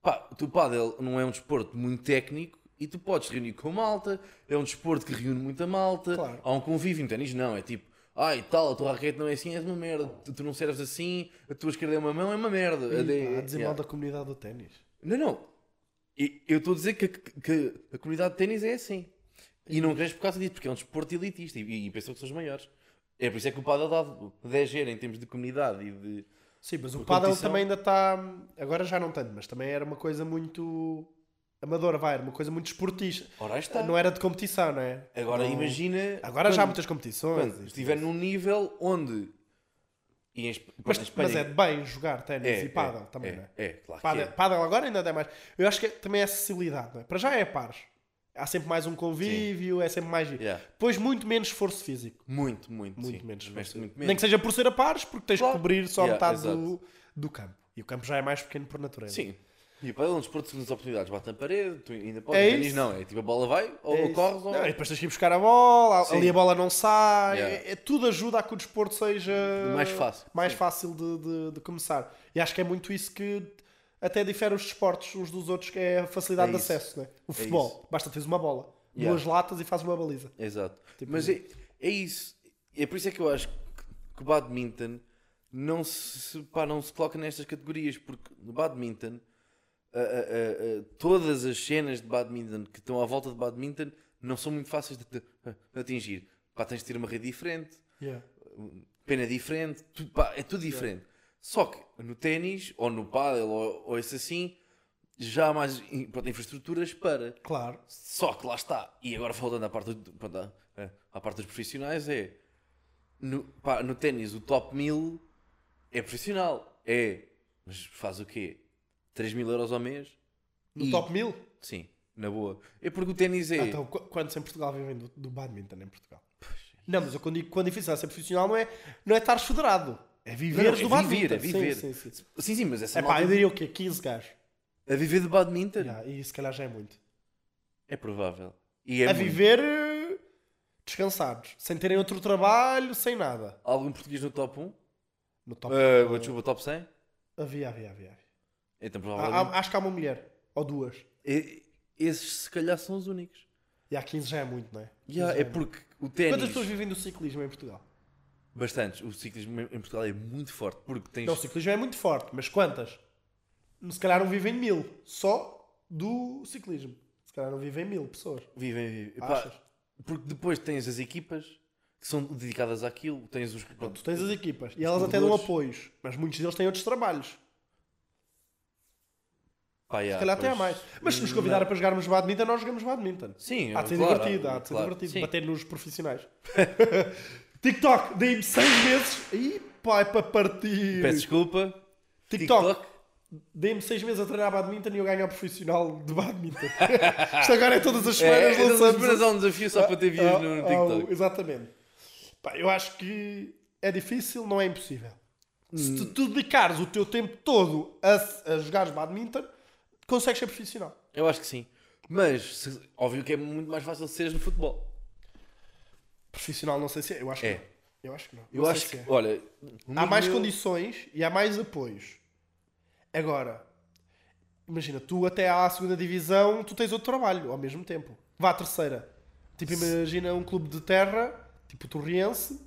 [SPEAKER 5] pá, o teu pádel não é um desporto muito técnico e tu podes reunir com malta, é um desporto que reúne muita malta,
[SPEAKER 6] Claro.
[SPEAKER 5] há um convívio, em ténis não, é tipo, ai tal, a tua raquete não é assim, és uma merda, tu, tu não serves assim, a tua esquerda é uma mão, é uma merda.
[SPEAKER 6] Ih,
[SPEAKER 5] A de-
[SPEAKER 6] pá, a dizer mal
[SPEAKER 5] yeah.
[SPEAKER 6] da comunidade do ténis.
[SPEAKER 5] Não, não. E- Eu estou a dizer que, que- que a comunidade de ténis é assim. E não cresce por causa disso, porque é um desporto elitista e, e pensam que são os maiores. É por isso é que o Padel dá 10 em termos de comunidade e de.
[SPEAKER 6] Sim, mas o
[SPEAKER 5] Por
[SPEAKER 6] pádel
[SPEAKER 5] competição.
[SPEAKER 6] também ainda está. Agora já não tanto, mas também era uma coisa muito amadora, vai, era uma coisa muito esportista.
[SPEAKER 5] Ora aí está.
[SPEAKER 6] Não era de competição, não é?
[SPEAKER 5] Agora
[SPEAKER 6] Não-
[SPEAKER 5] imagina.
[SPEAKER 6] Agora já há
[SPEAKER 5] quando-
[SPEAKER 6] muitas competições.
[SPEAKER 5] Quando
[SPEAKER 6] isto-
[SPEAKER 5] estiver num nível onde. E em Esp-
[SPEAKER 6] mas,
[SPEAKER 5] em Espanha-
[SPEAKER 6] mas é de bem jogar ténis
[SPEAKER 5] É,
[SPEAKER 6] e pádel
[SPEAKER 5] é,
[SPEAKER 6] também,
[SPEAKER 5] é,
[SPEAKER 6] não é?
[SPEAKER 5] É, claro. que
[SPEAKER 6] Pádel,
[SPEAKER 5] é.
[SPEAKER 6] pádel agora ainda é mais. Eu acho que também é acessibilidade, não é? Para já é pares. Há sempre mais um convívio, é sempre mais.
[SPEAKER 5] Yeah.
[SPEAKER 6] Depois muito menos esforço físico.
[SPEAKER 5] Muito, muito.
[SPEAKER 6] Muito
[SPEAKER 5] sim.
[SPEAKER 6] menos
[SPEAKER 5] Investe
[SPEAKER 6] esforço.
[SPEAKER 5] muito
[SPEAKER 6] Nem que
[SPEAKER 5] menos.
[SPEAKER 6] seja por ser a pares, porque tens
[SPEAKER 5] Claro.
[SPEAKER 6] que cobrir só
[SPEAKER 5] Yeah,
[SPEAKER 6] metade do, do campo. E o campo já é mais pequeno por natureza.
[SPEAKER 5] Sim. E o Padel é um desporto de segundas oportunidades. Bate na parede, tu ainda podes.
[SPEAKER 6] É
[SPEAKER 5] o ténis
[SPEAKER 6] isso.
[SPEAKER 5] não. É tipo a bola vai, ou,
[SPEAKER 6] É
[SPEAKER 5] ou
[SPEAKER 6] isso.
[SPEAKER 5] corres, ou.
[SPEAKER 6] Não, e depois tens que ir buscar a bola,
[SPEAKER 5] Sim.
[SPEAKER 6] ali a bola não sai.
[SPEAKER 5] Yeah.
[SPEAKER 6] é- é- tudo ajuda a que o desporto seja
[SPEAKER 5] Mais fácil,
[SPEAKER 6] mais
[SPEAKER 5] sim.
[SPEAKER 6] fácil de, de- de começar. E acho que é muito isso que até difere os desportos uns dos outros, que é a facilidade
[SPEAKER 5] É
[SPEAKER 6] de
[SPEAKER 5] isso.
[SPEAKER 6] acesso. Né? O futebol, basta teres uma bola,
[SPEAKER 5] Yeah.
[SPEAKER 6] duas latas e fazes uma baliza.
[SPEAKER 5] Exato. Mas é, é isso. É por isso é que eu acho que, que o badminton não se, pá, não se coloca nestas categorias, porque no badminton, a- a- a- a- todas as cenas de badminton que estão à volta de badminton não são muito fáceis de, de- de atingir. Pá, tens de ter uma rede diferente, pena diferente, tu- pá, é tudo diferente. Só que no ténis, ou no pádel, ou, ou isso assim, já há mais in- pronto, infraestruturas para.
[SPEAKER 6] Claro.
[SPEAKER 5] Só que lá está. E agora voltando à parte, do- pronto, à, à parte dos profissionais, é no, pá, no ténis o top 1000 é profissional. É. Mas faz o quê? 3 mil euros ao mês?
[SPEAKER 6] No
[SPEAKER 5] E-
[SPEAKER 6] top 1000?
[SPEAKER 5] Sim, na boa. É porque o ténis é.
[SPEAKER 6] Ah, então, qu- quantos em Portugal vivem do, do badminton em Portugal? Não, mas eu quando digo quando difícil é ser profissional não é, não é estar federado. É
[SPEAKER 5] Não,
[SPEAKER 6] viver
[SPEAKER 5] não,
[SPEAKER 6] do
[SPEAKER 5] é
[SPEAKER 6] badminton.
[SPEAKER 5] viver, é viver.
[SPEAKER 6] Sim, sim, sim.
[SPEAKER 5] Sim, sim, mas essa
[SPEAKER 6] Epá, eu
[SPEAKER 5] malta-
[SPEAKER 6] diria o quê? 15 gajos.
[SPEAKER 5] a viver de badminton
[SPEAKER 6] Já, e se calhar já é muito.
[SPEAKER 5] é provável. E é
[SPEAKER 6] a
[SPEAKER 5] muito.
[SPEAKER 6] viver eh, descansados, sem terem outro trabalho, sem nada.
[SPEAKER 5] Algum português no top 1?
[SPEAKER 6] No top. um.
[SPEAKER 5] Ah, desculpa, top 100?
[SPEAKER 6] Havia, havia, havia.
[SPEAKER 5] Então
[SPEAKER 6] Há-
[SPEAKER 5] provavelmente.
[SPEAKER 6] há- acho que há uma mulher, ou duas.
[SPEAKER 5] E- Esses se calhar são os únicos.
[SPEAKER 6] E há 15 já é muito, não é? 15
[SPEAKER 5] Yeah,
[SPEAKER 6] já
[SPEAKER 5] é
[SPEAKER 6] muito.
[SPEAKER 5] porque o
[SPEAKER 6] Quantas
[SPEAKER 5] ténis.
[SPEAKER 6] pessoas vivem do ciclismo em Portugal?
[SPEAKER 5] Bastantes. O ciclismo em Portugal é muito forte porque tens.
[SPEAKER 6] Não, o ciclismo é muito forte, mas quantas? Se calhar não vivem mil, só do ciclismo. Se calhar não vivem mil pessoas.
[SPEAKER 5] Vivem, vivem. Pá,
[SPEAKER 6] Achas?
[SPEAKER 5] porque depois tens as equipas que são dedicadas àquilo, tens os. Pronto,
[SPEAKER 6] Tu tens as equipas e elas até dão
[SPEAKER 5] corredores.
[SPEAKER 6] apoios, mas muitos deles têm outros trabalhos.
[SPEAKER 5] Pá, yeah,
[SPEAKER 6] Se calhar até há
[SPEAKER 5] pois,
[SPEAKER 6] mais. Mas se nos
[SPEAKER 5] não-
[SPEAKER 6] convidarem para jogarmos badminton, nós jogamos badminton.
[SPEAKER 5] Sim,
[SPEAKER 6] Há de ser
[SPEAKER 5] claro,
[SPEAKER 6] divertido, há de ser
[SPEAKER 5] claro,
[SPEAKER 6] divertido.
[SPEAKER 5] sim.
[SPEAKER 6] Bater nos profissionais. TikTok, dei-me 100 meses. Ih, pá, é para partir.
[SPEAKER 5] Peço desculpa.
[SPEAKER 6] TikTok. Dei-me 6 meses a treinar badminton e eu ganho ao profissional de badminton. Isto agora é todas as
[SPEAKER 5] É,
[SPEAKER 6] semanas
[SPEAKER 5] é, todas as
[SPEAKER 6] lançamos.
[SPEAKER 5] semanas há um desafio
[SPEAKER 6] Ah,
[SPEAKER 5] só para ter views
[SPEAKER 6] ao-
[SPEAKER 5] no, no
[SPEAKER 6] ao-
[SPEAKER 5] TikTok.
[SPEAKER 6] ah, Exatamente. Pá, eu acho que é difícil, não é impossível. Se
[SPEAKER 5] Hum.
[SPEAKER 6] tu, tu dedicares o teu tempo todo a, a jogares badminton, consegues ser profissional.
[SPEAKER 5] Eu acho que sim. Mas, se- óbvio que é muito mais fácil de seres no futebol.
[SPEAKER 6] Profissional, não sei se é. Eu acho
[SPEAKER 5] É.
[SPEAKER 6] que não. Eu acho que não.
[SPEAKER 5] Eu
[SPEAKER 6] Não sei
[SPEAKER 5] acho
[SPEAKER 6] se
[SPEAKER 5] que,
[SPEAKER 6] é.
[SPEAKER 5] olha.
[SPEAKER 6] Há mais
[SPEAKER 5] meu-
[SPEAKER 6] condições e há mais apoios. Agora, imagina, tu até à segunda divisão, tu tens outro trabalho ao mesmo tempo. Vá à terceira. Tipo, imagina um clube de terra, tipo o Torriense.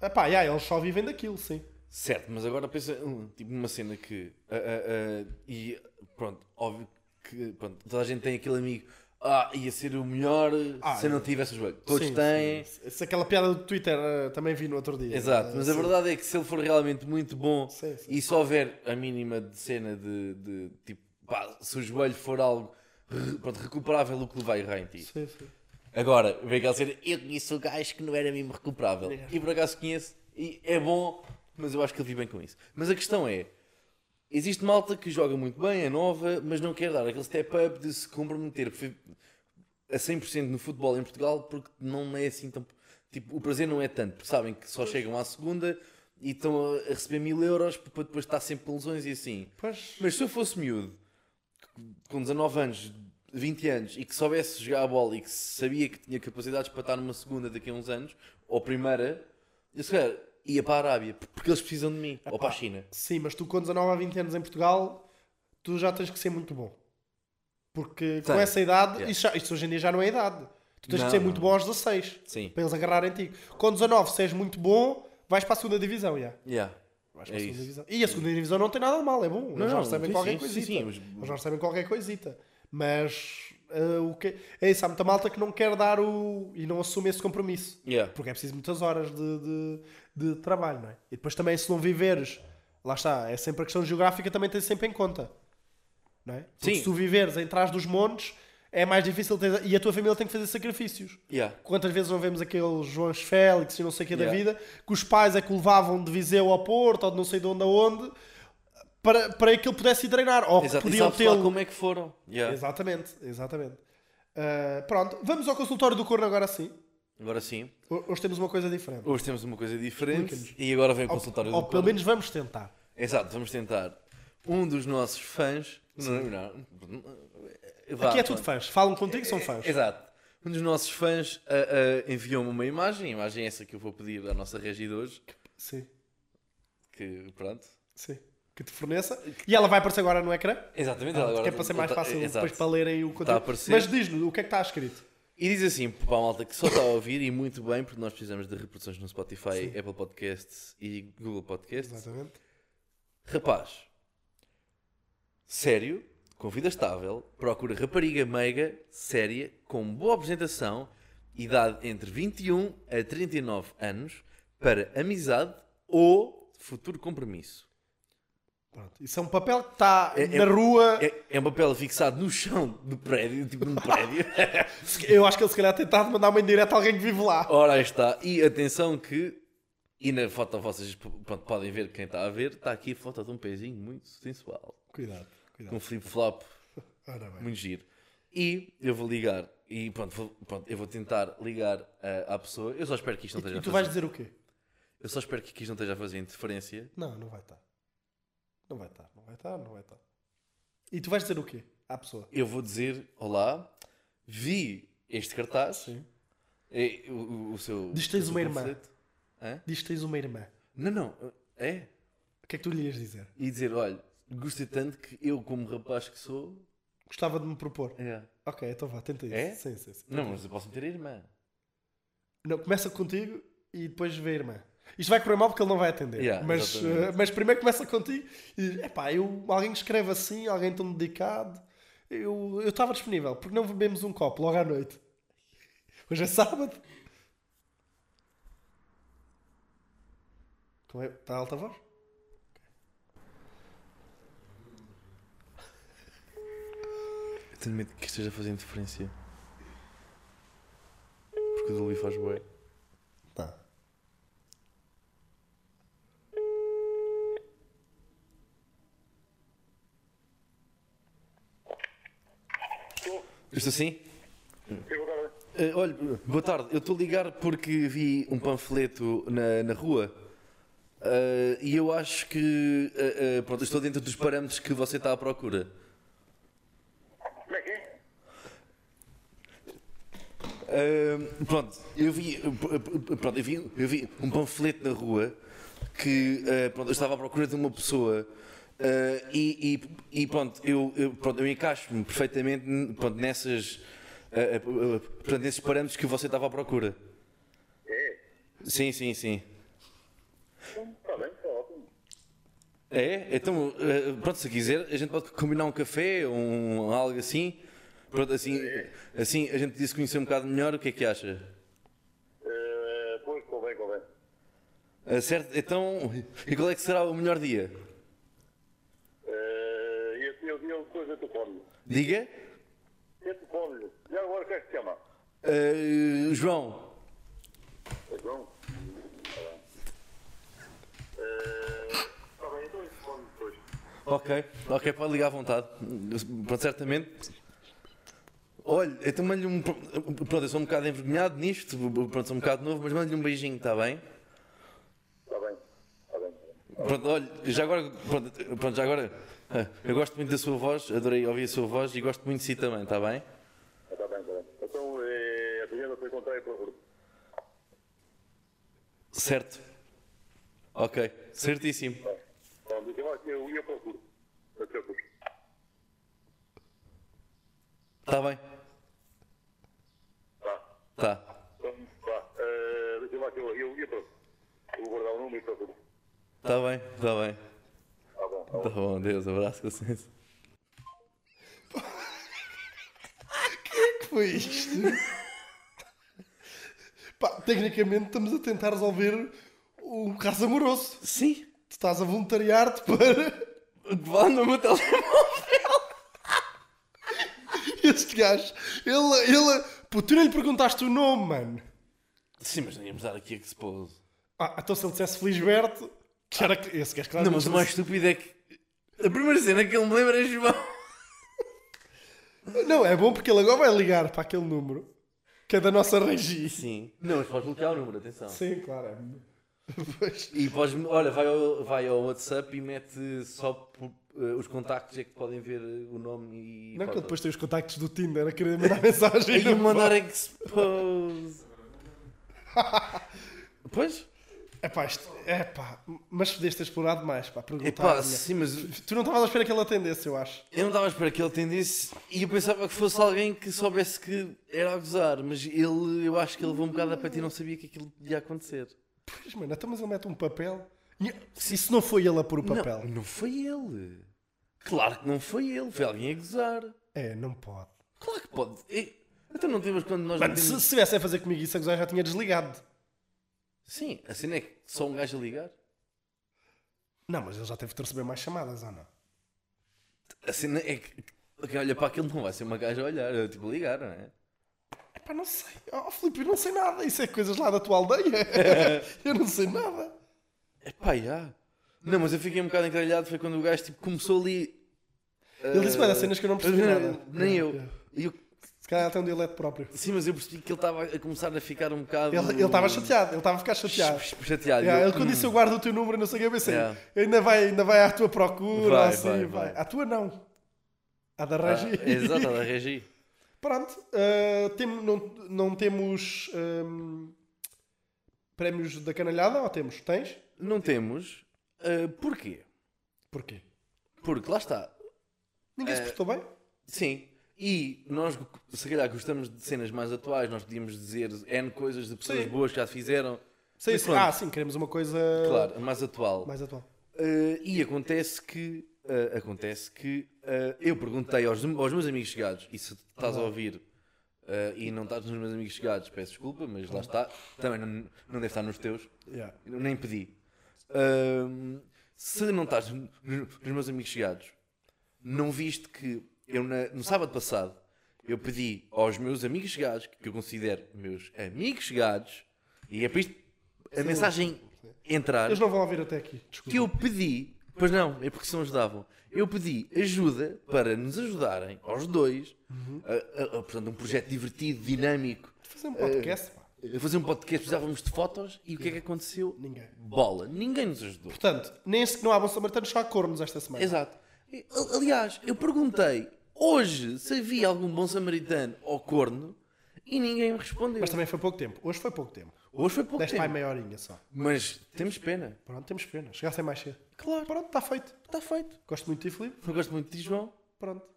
[SPEAKER 6] Epá, yeah, eles só vivem daquilo, sim.
[SPEAKER 5] Certo, mas agora pensa hum, tipo, numa cena que. ah, ah, ah, e pronto, óbvio que pronto, toda a gente tem aquele amigo. Ah, ia ser o melhor
[SPEAKER 6] Ah,
[SPEAKER 5] se eu não tivesse o joelho. Todos
[SPEAKER 6] Sim,
[SPEAKER 5] têm.
[SPEAKER 6] sim. Se aquela piada do Twitter eh, também vi no outro dia.
[SPEAKER 5] Exato,
[SPEAKER 6] Eh,
[SPEAKER 5] mas a
[SPEAKER 6] sim.
[SPEAKER 5] verdade é que se ele for realmente muito bom
[SPEAKER 6] Sim, sim.
[SPEAKER 5] e se houver a mínima de cena de, de, tipo, pá, se o joelho for algo re- pronto, recuperável, o clube vai errar em ti.
[SPEAKER 6] Sim, sim.
[SPEAKER 5] Agora, vem aquela cena, eu conheço o gajo que não era mesmo recuperável. E por acaso conheço, e é bom, mas eu acho que ele vive bem com isso. Mas a questão é: existe malta que joga muito bem, é nova, mas não quer dar aquele step up de se comprometer fe- a 100% no futebol em Portugal, porque não é assim tão. Tipo, o prazer não é tanto, porque sabem que só chegam à segunda e estão a a receber mil euros para depois estar sempre com lesões e assim.
[SPEAKER 6] Pois,
[SPEAKER 5] Mas se eu fosse miúdo, com 19 anos, 20 anos, e que soubesse jogar a bola e que sabia que tinha capacidades para estar numa segunda daqui a uns anos, ou primeira, eu se calhar ia para a Arábia, porque eles precisam de mim, ou para a China.
[SPEAKER 6] sim, mas tu com 19 a 20 anos em Portugal, tu já tens que ser muito bom. Porque com
[SPEAKER 5] Sim.
[SPEAKER 6] essa idade,
[SPEAKER 5] Yeah.
[SPEAKER 6] isto, já- isto hoje em dia já não é idade. Tu tens
[SPEAKER 5] Não,
[SPEAKER 6] que ser
[SPEAKER 5] não,
[SPEAKER 6] muito
[SPEAKER 5] não.
[SPEAKER 6] bom aos 16.
[SPEAKER 5] Sim.
[SPEAKER 6] Para eles agarrarem em ti. Com 19, se és muito bom, vais para a segunda divisão, já.
[SPEAKER 5] Yeah.
[SPEAKER 6] Vais
[SPEAKER 5] É
[SPEAKER 6] para a segunda
[SPEAKER 5] isso.
[SPEAKER 6] divisão. E a segunda divisão não tem nada de mal, é bom.
[SPEAKER 5] Não,
[SPEAKER 6] Eles já
[SPEAKER 5] não,
[SPEAKER 6] recebem
[SPEAKER 5] sim,
[SPEAKER 6] qualquer
[SPEAKER 5] sim,
[SPEAKER 6] coisita.
[SPEAKER 5] sim, sim, mas-
[SPEAKER 6] Eles já recebem qualquer coisita. Mas eh, o que... é isso, há muita malta que não quer dar o. e não assume esse compromisso.
[SPEAKER 5] Yeah.
[SPEAKER 6] Porque é preciso muitas horas de, de- de trabalho, não é? E depois também, se não viveres, lá está, é sempre a questão geográfica, também tens sempre em conta, não é? Porque
[SPEAKER 5] Sim.
[SPEAKER 6] se tu viveres em trás dos montes, é mais difícil ter, e a tua família tem que fazer sacrifícios.
[SPEAKER 5] Yeah.
[SPEAKER 6] Quantas vezes não vemos aqueles João Félix e não sei o que da
[SPEAKER 5] Yeah.
[SPEAKER 6] vida, que os pais é que o levavam de Viseu ao Porto ou de não sei de onde a onde, para, para que ele pudesse ir treinar, ou
[SPEAKER 5] Exato.
[SPEAKER 6] que
[SPEAKER 5] E
[SPEAKER 6] podiam
[SPEAKER 5] sabes lá
[SPEAKER 6] tê-lo.
[SPEAKER 5] como é que foram. Yeah.
[SPEAKER 6] Exatamente, exatamente. Ah, pronto, vamos ao consultório do corno agora sim.
[SPEAKER 5] Agora sim,
[SPEAKER 6] Ho- Hoje temos uma coisa diferente.
[SPEAKER 5] hoje temos uma coisa diferente
[SPEAKER 6] Explica-nos.
[SPEAKER 5] e agora vem o consultório
[SPEAKER 6] ou,
[SPEAKER 5] do
[SPEAKER 6] ou pelo
[SPEAKER 5] Corno.
[SPEAKER 6] menos vamos tentar.
[SPEAKER 5] Exato, vamos tentar. Um dos nossos fãs. Não, não, Vá,
[SPEAKER 6] Aqui é
[SPEAKER 5] pronto.
[SPEAKER 6] tudo fãs. Falam contigo, são fãs.
[SPEAKER 5] Exato. Um dos nossos fãs ah, ah, enviou-me uma imagem, a imagem é essa que eu vou pedir à nossa regi de hoje,
[SPEAKER 6] Sim,
[SPEAKER 5] que pronto.
[SPEAKER 6] sim. Que te forneça. E ela vai aparecer agora no ecrã.
[SPEAKER 5] Exatamente, ela
[SPEAKER 6] Que
[SPEAKER 5] agora-
[SPEAKER 6] é para ser mais
[SPEAKER 5] tá-
[SPEAKER 6] fácil
[SPEAKER 5] exato.
[SPEAKER 6] depois para lerem o
[SPEAKER 5] Está a
[SPEAKER 6] conteúdo.
[SPEAKER 5] aparecer.
[SPEAKER 6] Mas diz-nos o que é que está escrito.
[SPEAKER 5] E diz assim, para a malta que só está a ouvir, e muito bem, porque nós precisamos de reproduções no Spotify, Apple Podcasts e Google Podcasts.
[SPEAKER 6] Exatamente.
[SPEAKER 5] Rapaz, sério, com vida estável, procura rapariga meiga, séria, com boa apresentação, idade entre 21 a 39 anos, para amizade ou futuro compromisso.
[SPEAKER 6] Pronto. Isso é um papel que está
[SPEAKER 5] É- é-
[SPEAKER 6] na rua.
[SPEAKER 5] É, é um papel fixado no chão do prédio, tipo num prédio. um
[SPEAKER 6] Eu acho que ele se calhar tentado mandar uma indireta a alguém que vive lá.
[SPEAKER 5] Ora, aí está. E atenção que, e na foto vocês pronto, podem ver quem está a ver, está aqui a foto de um pezinho muito sensual,
[SPEAKER 6] Cuidado, cuidado.
[SPEAKER 5] com um flip-flop
[SPEAKER 6] Ora bem.
[SPEAKER 5] Muito giro. E eu vou ligar. E pronto, vou- pronto, eu vou tentar ligar ah, à pessoa. Eu só espero que isto não esteja
[SPEAKER 6] E
[SPEAKER 5] a
[SPEAKER 6] tu
[SPEAKER 5] fazer.
[SPEAKER 6] vais dizer o quê?
[SPEAKER 5] Eu só espero que isto não esteja a fazer interferência.
[SPEAKER 6] Não, não vai estar. Não vai estar, não vai estar, não vai estar. E tu vais dizer o quê à pessoa?
[SPEAKER 5] Eu vou dizer: Olá, vi este cartaz. É, o, o- o seu.
[SPEAKER 6] Diz que tens
[SPEAKER 5] o seu
[SPEAKER 6] uma irmã.
[SPEAKER 5] panfleto. Hã?
[SPEAKER 6] Diz que tens uma irmã.
[SPEAKER 5] Não, não. É.
[SPEAKER 6] O que é que tu lhe ias dizer?
[SPEAKER 5] E dizer: Olha, gostei tanto que eu, como rapaz que sou.
[SPEAKER 6] Gostava de me propor.
[SPEAKER 5] É.
[SPEAKER 6] Ok, então vá, tenta isso.
[SPEAKER 5] É?
[SPEAKER 6] Sim, sim, sim.
[SPEAKER 5] Não, mas eu posso meter a irmã.
[SPEAKER 6] Não, começa contigo e depois vê a irmã. Isto vai correr mal porque ele não vai atender.
[SPEAKER 5] Yeah,
[SPEAKER 6] mas,
[SPEAKER 5] exatamente.
[SPEAKER 6] eh, mas primeiro começa contigo e diz: epá, eu, alguém que escreve assim, alguém tão dedicado. Eu eu estava disponível, porque não bebemos um copo logo à noite. Hoje é sábado. Como é? Está alta voz?
[SPEAKER 5] Eu tenho medo que esteja a fazer interferência. Porque o Dolby faz bué.
[SPEAKER 6] Tá.
[SPEAKER 5] Eu Estou sim?
[SPEAKER 7] Eu agora,
[SPEAKER 5] assim? Eh, olha, boa tarde. Eu estou a ligar porque vi um panfleto na, na rua Eh, e eu acho que. eh, eh, pronto, eu estou dentro dos parâmetros que você está à procura.
[SPEAKER 7] como é que é?
[SPEAKER 5] Eh, pronto, eu vi, pronto, eu vi, eu vi um panfleto na rua que eh, pronto, eu estava à procura de uma pessoa eh, e, e- e pronto, eu, eu, pronto, eu encaixo-me perfeitamente n- pronto, nessas, eh, eh, portanto, nesses parâmetros que você estava à procura.
[SPEAKER 7] É?
[SPEAKER 5] Sim, sim, sim.
[SPEAKER 7] Está tá bem, está ótimo.
[SPEAKER 5] Então, ah, É? Então, eh, pronto, se quiser, a gente pode combinar um café, um algo assim. Pronto, assim, assim a gente disse conhecer um bocado melhor, o que é que acha?
[SPEAKER 7] Eh, pois, convém, convém.
[SPEAKER 5] Ah, certo? Então, e qual é que será o melhor dia?
[SPEAKER 7] Eh, eu tinha dinheiro depois eu telefone.
[SPEAKER 5] Diga?
[SPEAKER 7] Eu telefone. E agora quem é que se chama?
[SPEAKER 5] Ah, João,
[SPEAKER 7] É João. Está bem, então eu telefone depois.
[SPEAKER 5] ok, ok, pode ligar à vontade. Pronto, certamente. Olha, eu também lhe um. Pronto, eu sou um bocado envergonhado nisto, pronto, sou um bocado novo, mas mando-lhe um beijinho, está bem?
[SPEAKER 7] Está bem, está bem.
[SPEAKER 5] Pronto, olha, já agora, pronto, pronto, já agora, ah, eu gosto muito da sua voz, adorei ouvir a sua voz e gosto muito de si também, está bem?
[SPEAKER 7] Está bem, está bem. Então, eh, a primeira foi encontrar pelo grupo.
[SPEAKER 5] Certo. Ok, certíssimo.
[SPEAKER 7] Então, dizem, "Olha, eu ia para o grupo. Não te preocupes.
[SPEAKER 5] Está bem,
[SPEAKER 7] Tá.
[SPEAKER 5] está,
[SPEAKER 7] Então, vá. Eh, dizem lá que eu, eu ia para o Vou guardar o número e para o grupo.
[SPEAKER 5] está bem, está bem.
[SPEAKER 7] Tá bom.
[SPEAKER 5] Tá bom, Deus, abraço, com licença.
[SPEAKER 6] Foi isto. Pá, tecnicamente estamos a tentar resolver um caso amoroso.
[SPEAKER 5] Sim,
[SPEAKER 6] Tu estás a voluntariar-te para
[SPEAKER 5] vá no meu telemóvel.
[SPEAKER 6] este gajo. Ele, ele. Pô, tu nem lhe perguntaste o nome, mano.
[SPEAKER 5] Sim, mas não íamos dar aqui a que se pôs.
[SPEAKER 6] Ah, então se ele dissesse Felisberto, que era que- esse gajo claro.
[SPEAKER 5] Não, mas o mais estúpido é que a primeira cena que ele me lembra é João.
[SPEAKER 6] Não, é bom porque ele agora vai ligar para aquele número que é da nossa regi.
[SPEAKER 5] Sim. Não, mas podes bloquear o número, atenção.
[SPEAKER 6] Sim, claro. é. Pois.
[SPEAKER 5] E podes, olha, vai ao, vai ao WhatsApp e mete só por, eh, os contactos é que podem ver eh, o nome e.
[SPEAKER 6] Não, que
[SPEAKER 5] foto.
[SPEAKER 6] ele depois um tem os contactos do Tinder a querer mandar mensagem.
[SPEAKER 5] E mandar é expose. pois?
[SPEAKER 6] É pá, isto, é pá, mas podias ter explorado mais, pá, perguntar.
[SPEAKER 5] Epá, sim, mas
[SPEAKER 6] Tu não estavas à espera que ele atendesse, eu acho.
[SPEAKER 5] eu não estava à espera que ele atendesse e eu pensava que fosse alguém que soubesse que era a gozar, mas ele, eu acho que ele levou um bocado a pé e não sabia que aquilo podia acontecer.
[SPEAKER 6] Pois, mano, então, mas ele mete um papel. E se não foi ele a pôr o papel?
[SPEAKER 5] Não, não foi ele. Claro que não foi ele, foi alguém a gozar.
[SPEAKER 6] É, não pode.
[SPEAKER 5] Claro que pode. E- Então não temos quando nós
[SPEAKER 6] Mano, se
[SPEAKER 5] metemos-
[SPEAKER 6] se tivesse a fazer comigo isso, a gozar já tinha desligado.
[SPEAKER 5] Sim, a cena é que só um gajo a ligar.
[SPEAKER 6] Não, mas ele já teve de receber mais chamadas, ou não?
[SPEAKER 5] A cena é que quem olha para aquilo não vai ser uma gaja a olhar, é tipo ligar, não é?
[SPEAKER 6] É pá, não sei. Oh, Filipe, eu não sei nada. Isso é coisas lá da tua aldeia. eu não sei nada.
[SPEAKER 5] Epá, já. Não, mas eu fiquei um bocado encralhado. Foi quando o gajo tipo, começou ali.
[SPEAKER 6] Ele disse bué das cenas que eu não percebi
[SPEAKER 5] Não,
[SPEAKER 6] nada.
[SPEAKER 5] Eh, Nem eu.
[SPEAKER 6] É.
[SPEAKER 5] E eu-
[SPEAKER 6] Se calhar ele tem um dialeto próprio.
[SPEAKER 5] Sim, mas eu percebi que ele estava a começar a ficar um bocado.
[SPEAKER 6] Ele ele estava chateado, ele estava a ficar chateado.
[SPEAKER 5] Chateado.
[SPEAKER 6] Yeah,
[SPEAKER 5] Eu,
[SPEAKER 6] ele quando disse eu guardo o teu número, e não sei o que, eu pensei,
[SPEAKER 5] Yeah.
[SPEAKER 6] ainda, vai, ainda vai à tua procura,
[SPEAKER 5] Vai,
[SPEAKER 6] assim,
[SPEAKER 5] vai,
[SPEAKER 6] vai,
[SPEAKER 5] vai.
[SPEAKER 6] À tua não. À da
[SPEAKER 5] "Ah,
[SPEAKER 6] Regi.
[SPEAKER 5] Exato, ela reagi.
[SPEAKER 6] Pronto, ah, tem- não, não temos ahm, prémios da canalhada, ou temos? Tens?
[SPEAKER 5] Não temos. ah, porquê?
[SPEAKER 6] Porquê?
[SPEAKER 5] Porque lá está.
[SPEAKER 6] Ninguém
[SPEAKER 5] Eh,
[SPEAKER 6] se portou bem?
[SPEAKER 5] Sim. E nós, se calhar, gostamos de cenas mais atuais. Nós podíamos dizer N coisas de pessoas
[SPEAKER 6] Sim.
[SPEAKER 5] boas que já fizeram.
[SPEAKER 6] Sei
[SPEAKER 5] mas
[SPEAKER 6] isso.
[SPEAKER 5] pronto.
[SPEAKER 6] Ah, sim, queremos uma coisa
[SPEAKER 5] Claro, mais atual.
[SPEAKER 6] mais atual.
[SPEAKER 5] Uh, e acontece que, uh, acontece que uh, eu perguntei aos, aos meus amigos chegados, e se estás a ouvir uh, e não estás nos meus amigos chegados, peço desculpa, mas lá está, também não, não deve estar nos teus,
[SPEAKER 6] Yeah.
[SPEAKER 5] Eu nem pedi. Um, se não estás nos, nos meus amigos chegados, não viste que eu na- no sábado passado eu pedi aos meus amigos chegados, que eu considero meus amigos chegados, e é para isto a mensagem entrar
[SPEAKER 6] Eles não vão ouvir até aqui, desculpa.
[SPEAKER 5] que eu pedi, pois não, é porque se não ajudavam, eu pedi ajuda para nos ajudarem, aos dois, a, a- a, portanto, um projeto divertido, dinâmico,
[SPEAKER 6] Fazer um podcast, pá.
[SPEAKER 5] a fazer um podcast, precisávamos de fotos, e o que é que aconteceu?
[SPEAKER 6] Ninguém.
[SPEAKER 5] Bola, ninguém nos ajudou.
[SPEAKER 6] Portanto, nem se que não há bom samaritano, só há cornos esta semana.
[SPEAKER 5] Exato. E, a- Aliás, eu perguntei hoje se havia algum bom samaritano ou corno, e ninguém me respondeu.
[SPEAKER 6] Mas também foi pouco tempo. Hoje foi pouco tempo.
[SPEAKER 5] hoje foi pouco
[SPEAKER 6] Deste para aí
[SPEAKER 5] tempo,
[SPEAKER 6] meia horinha só.
[SPEAKER 5] mas temos pena.
[SPEAKER 6] Pronto, temos pena. Chegassem mais cedo. Claro. Pronto, está feito.
[SPEAKER 5] Está feito.
[SPEAKER 6] Gosto muito de ti, Filipe.
[SPEAKER 5] Eu gosto muito de ti, João.
[SPEAKER 6] Pronto.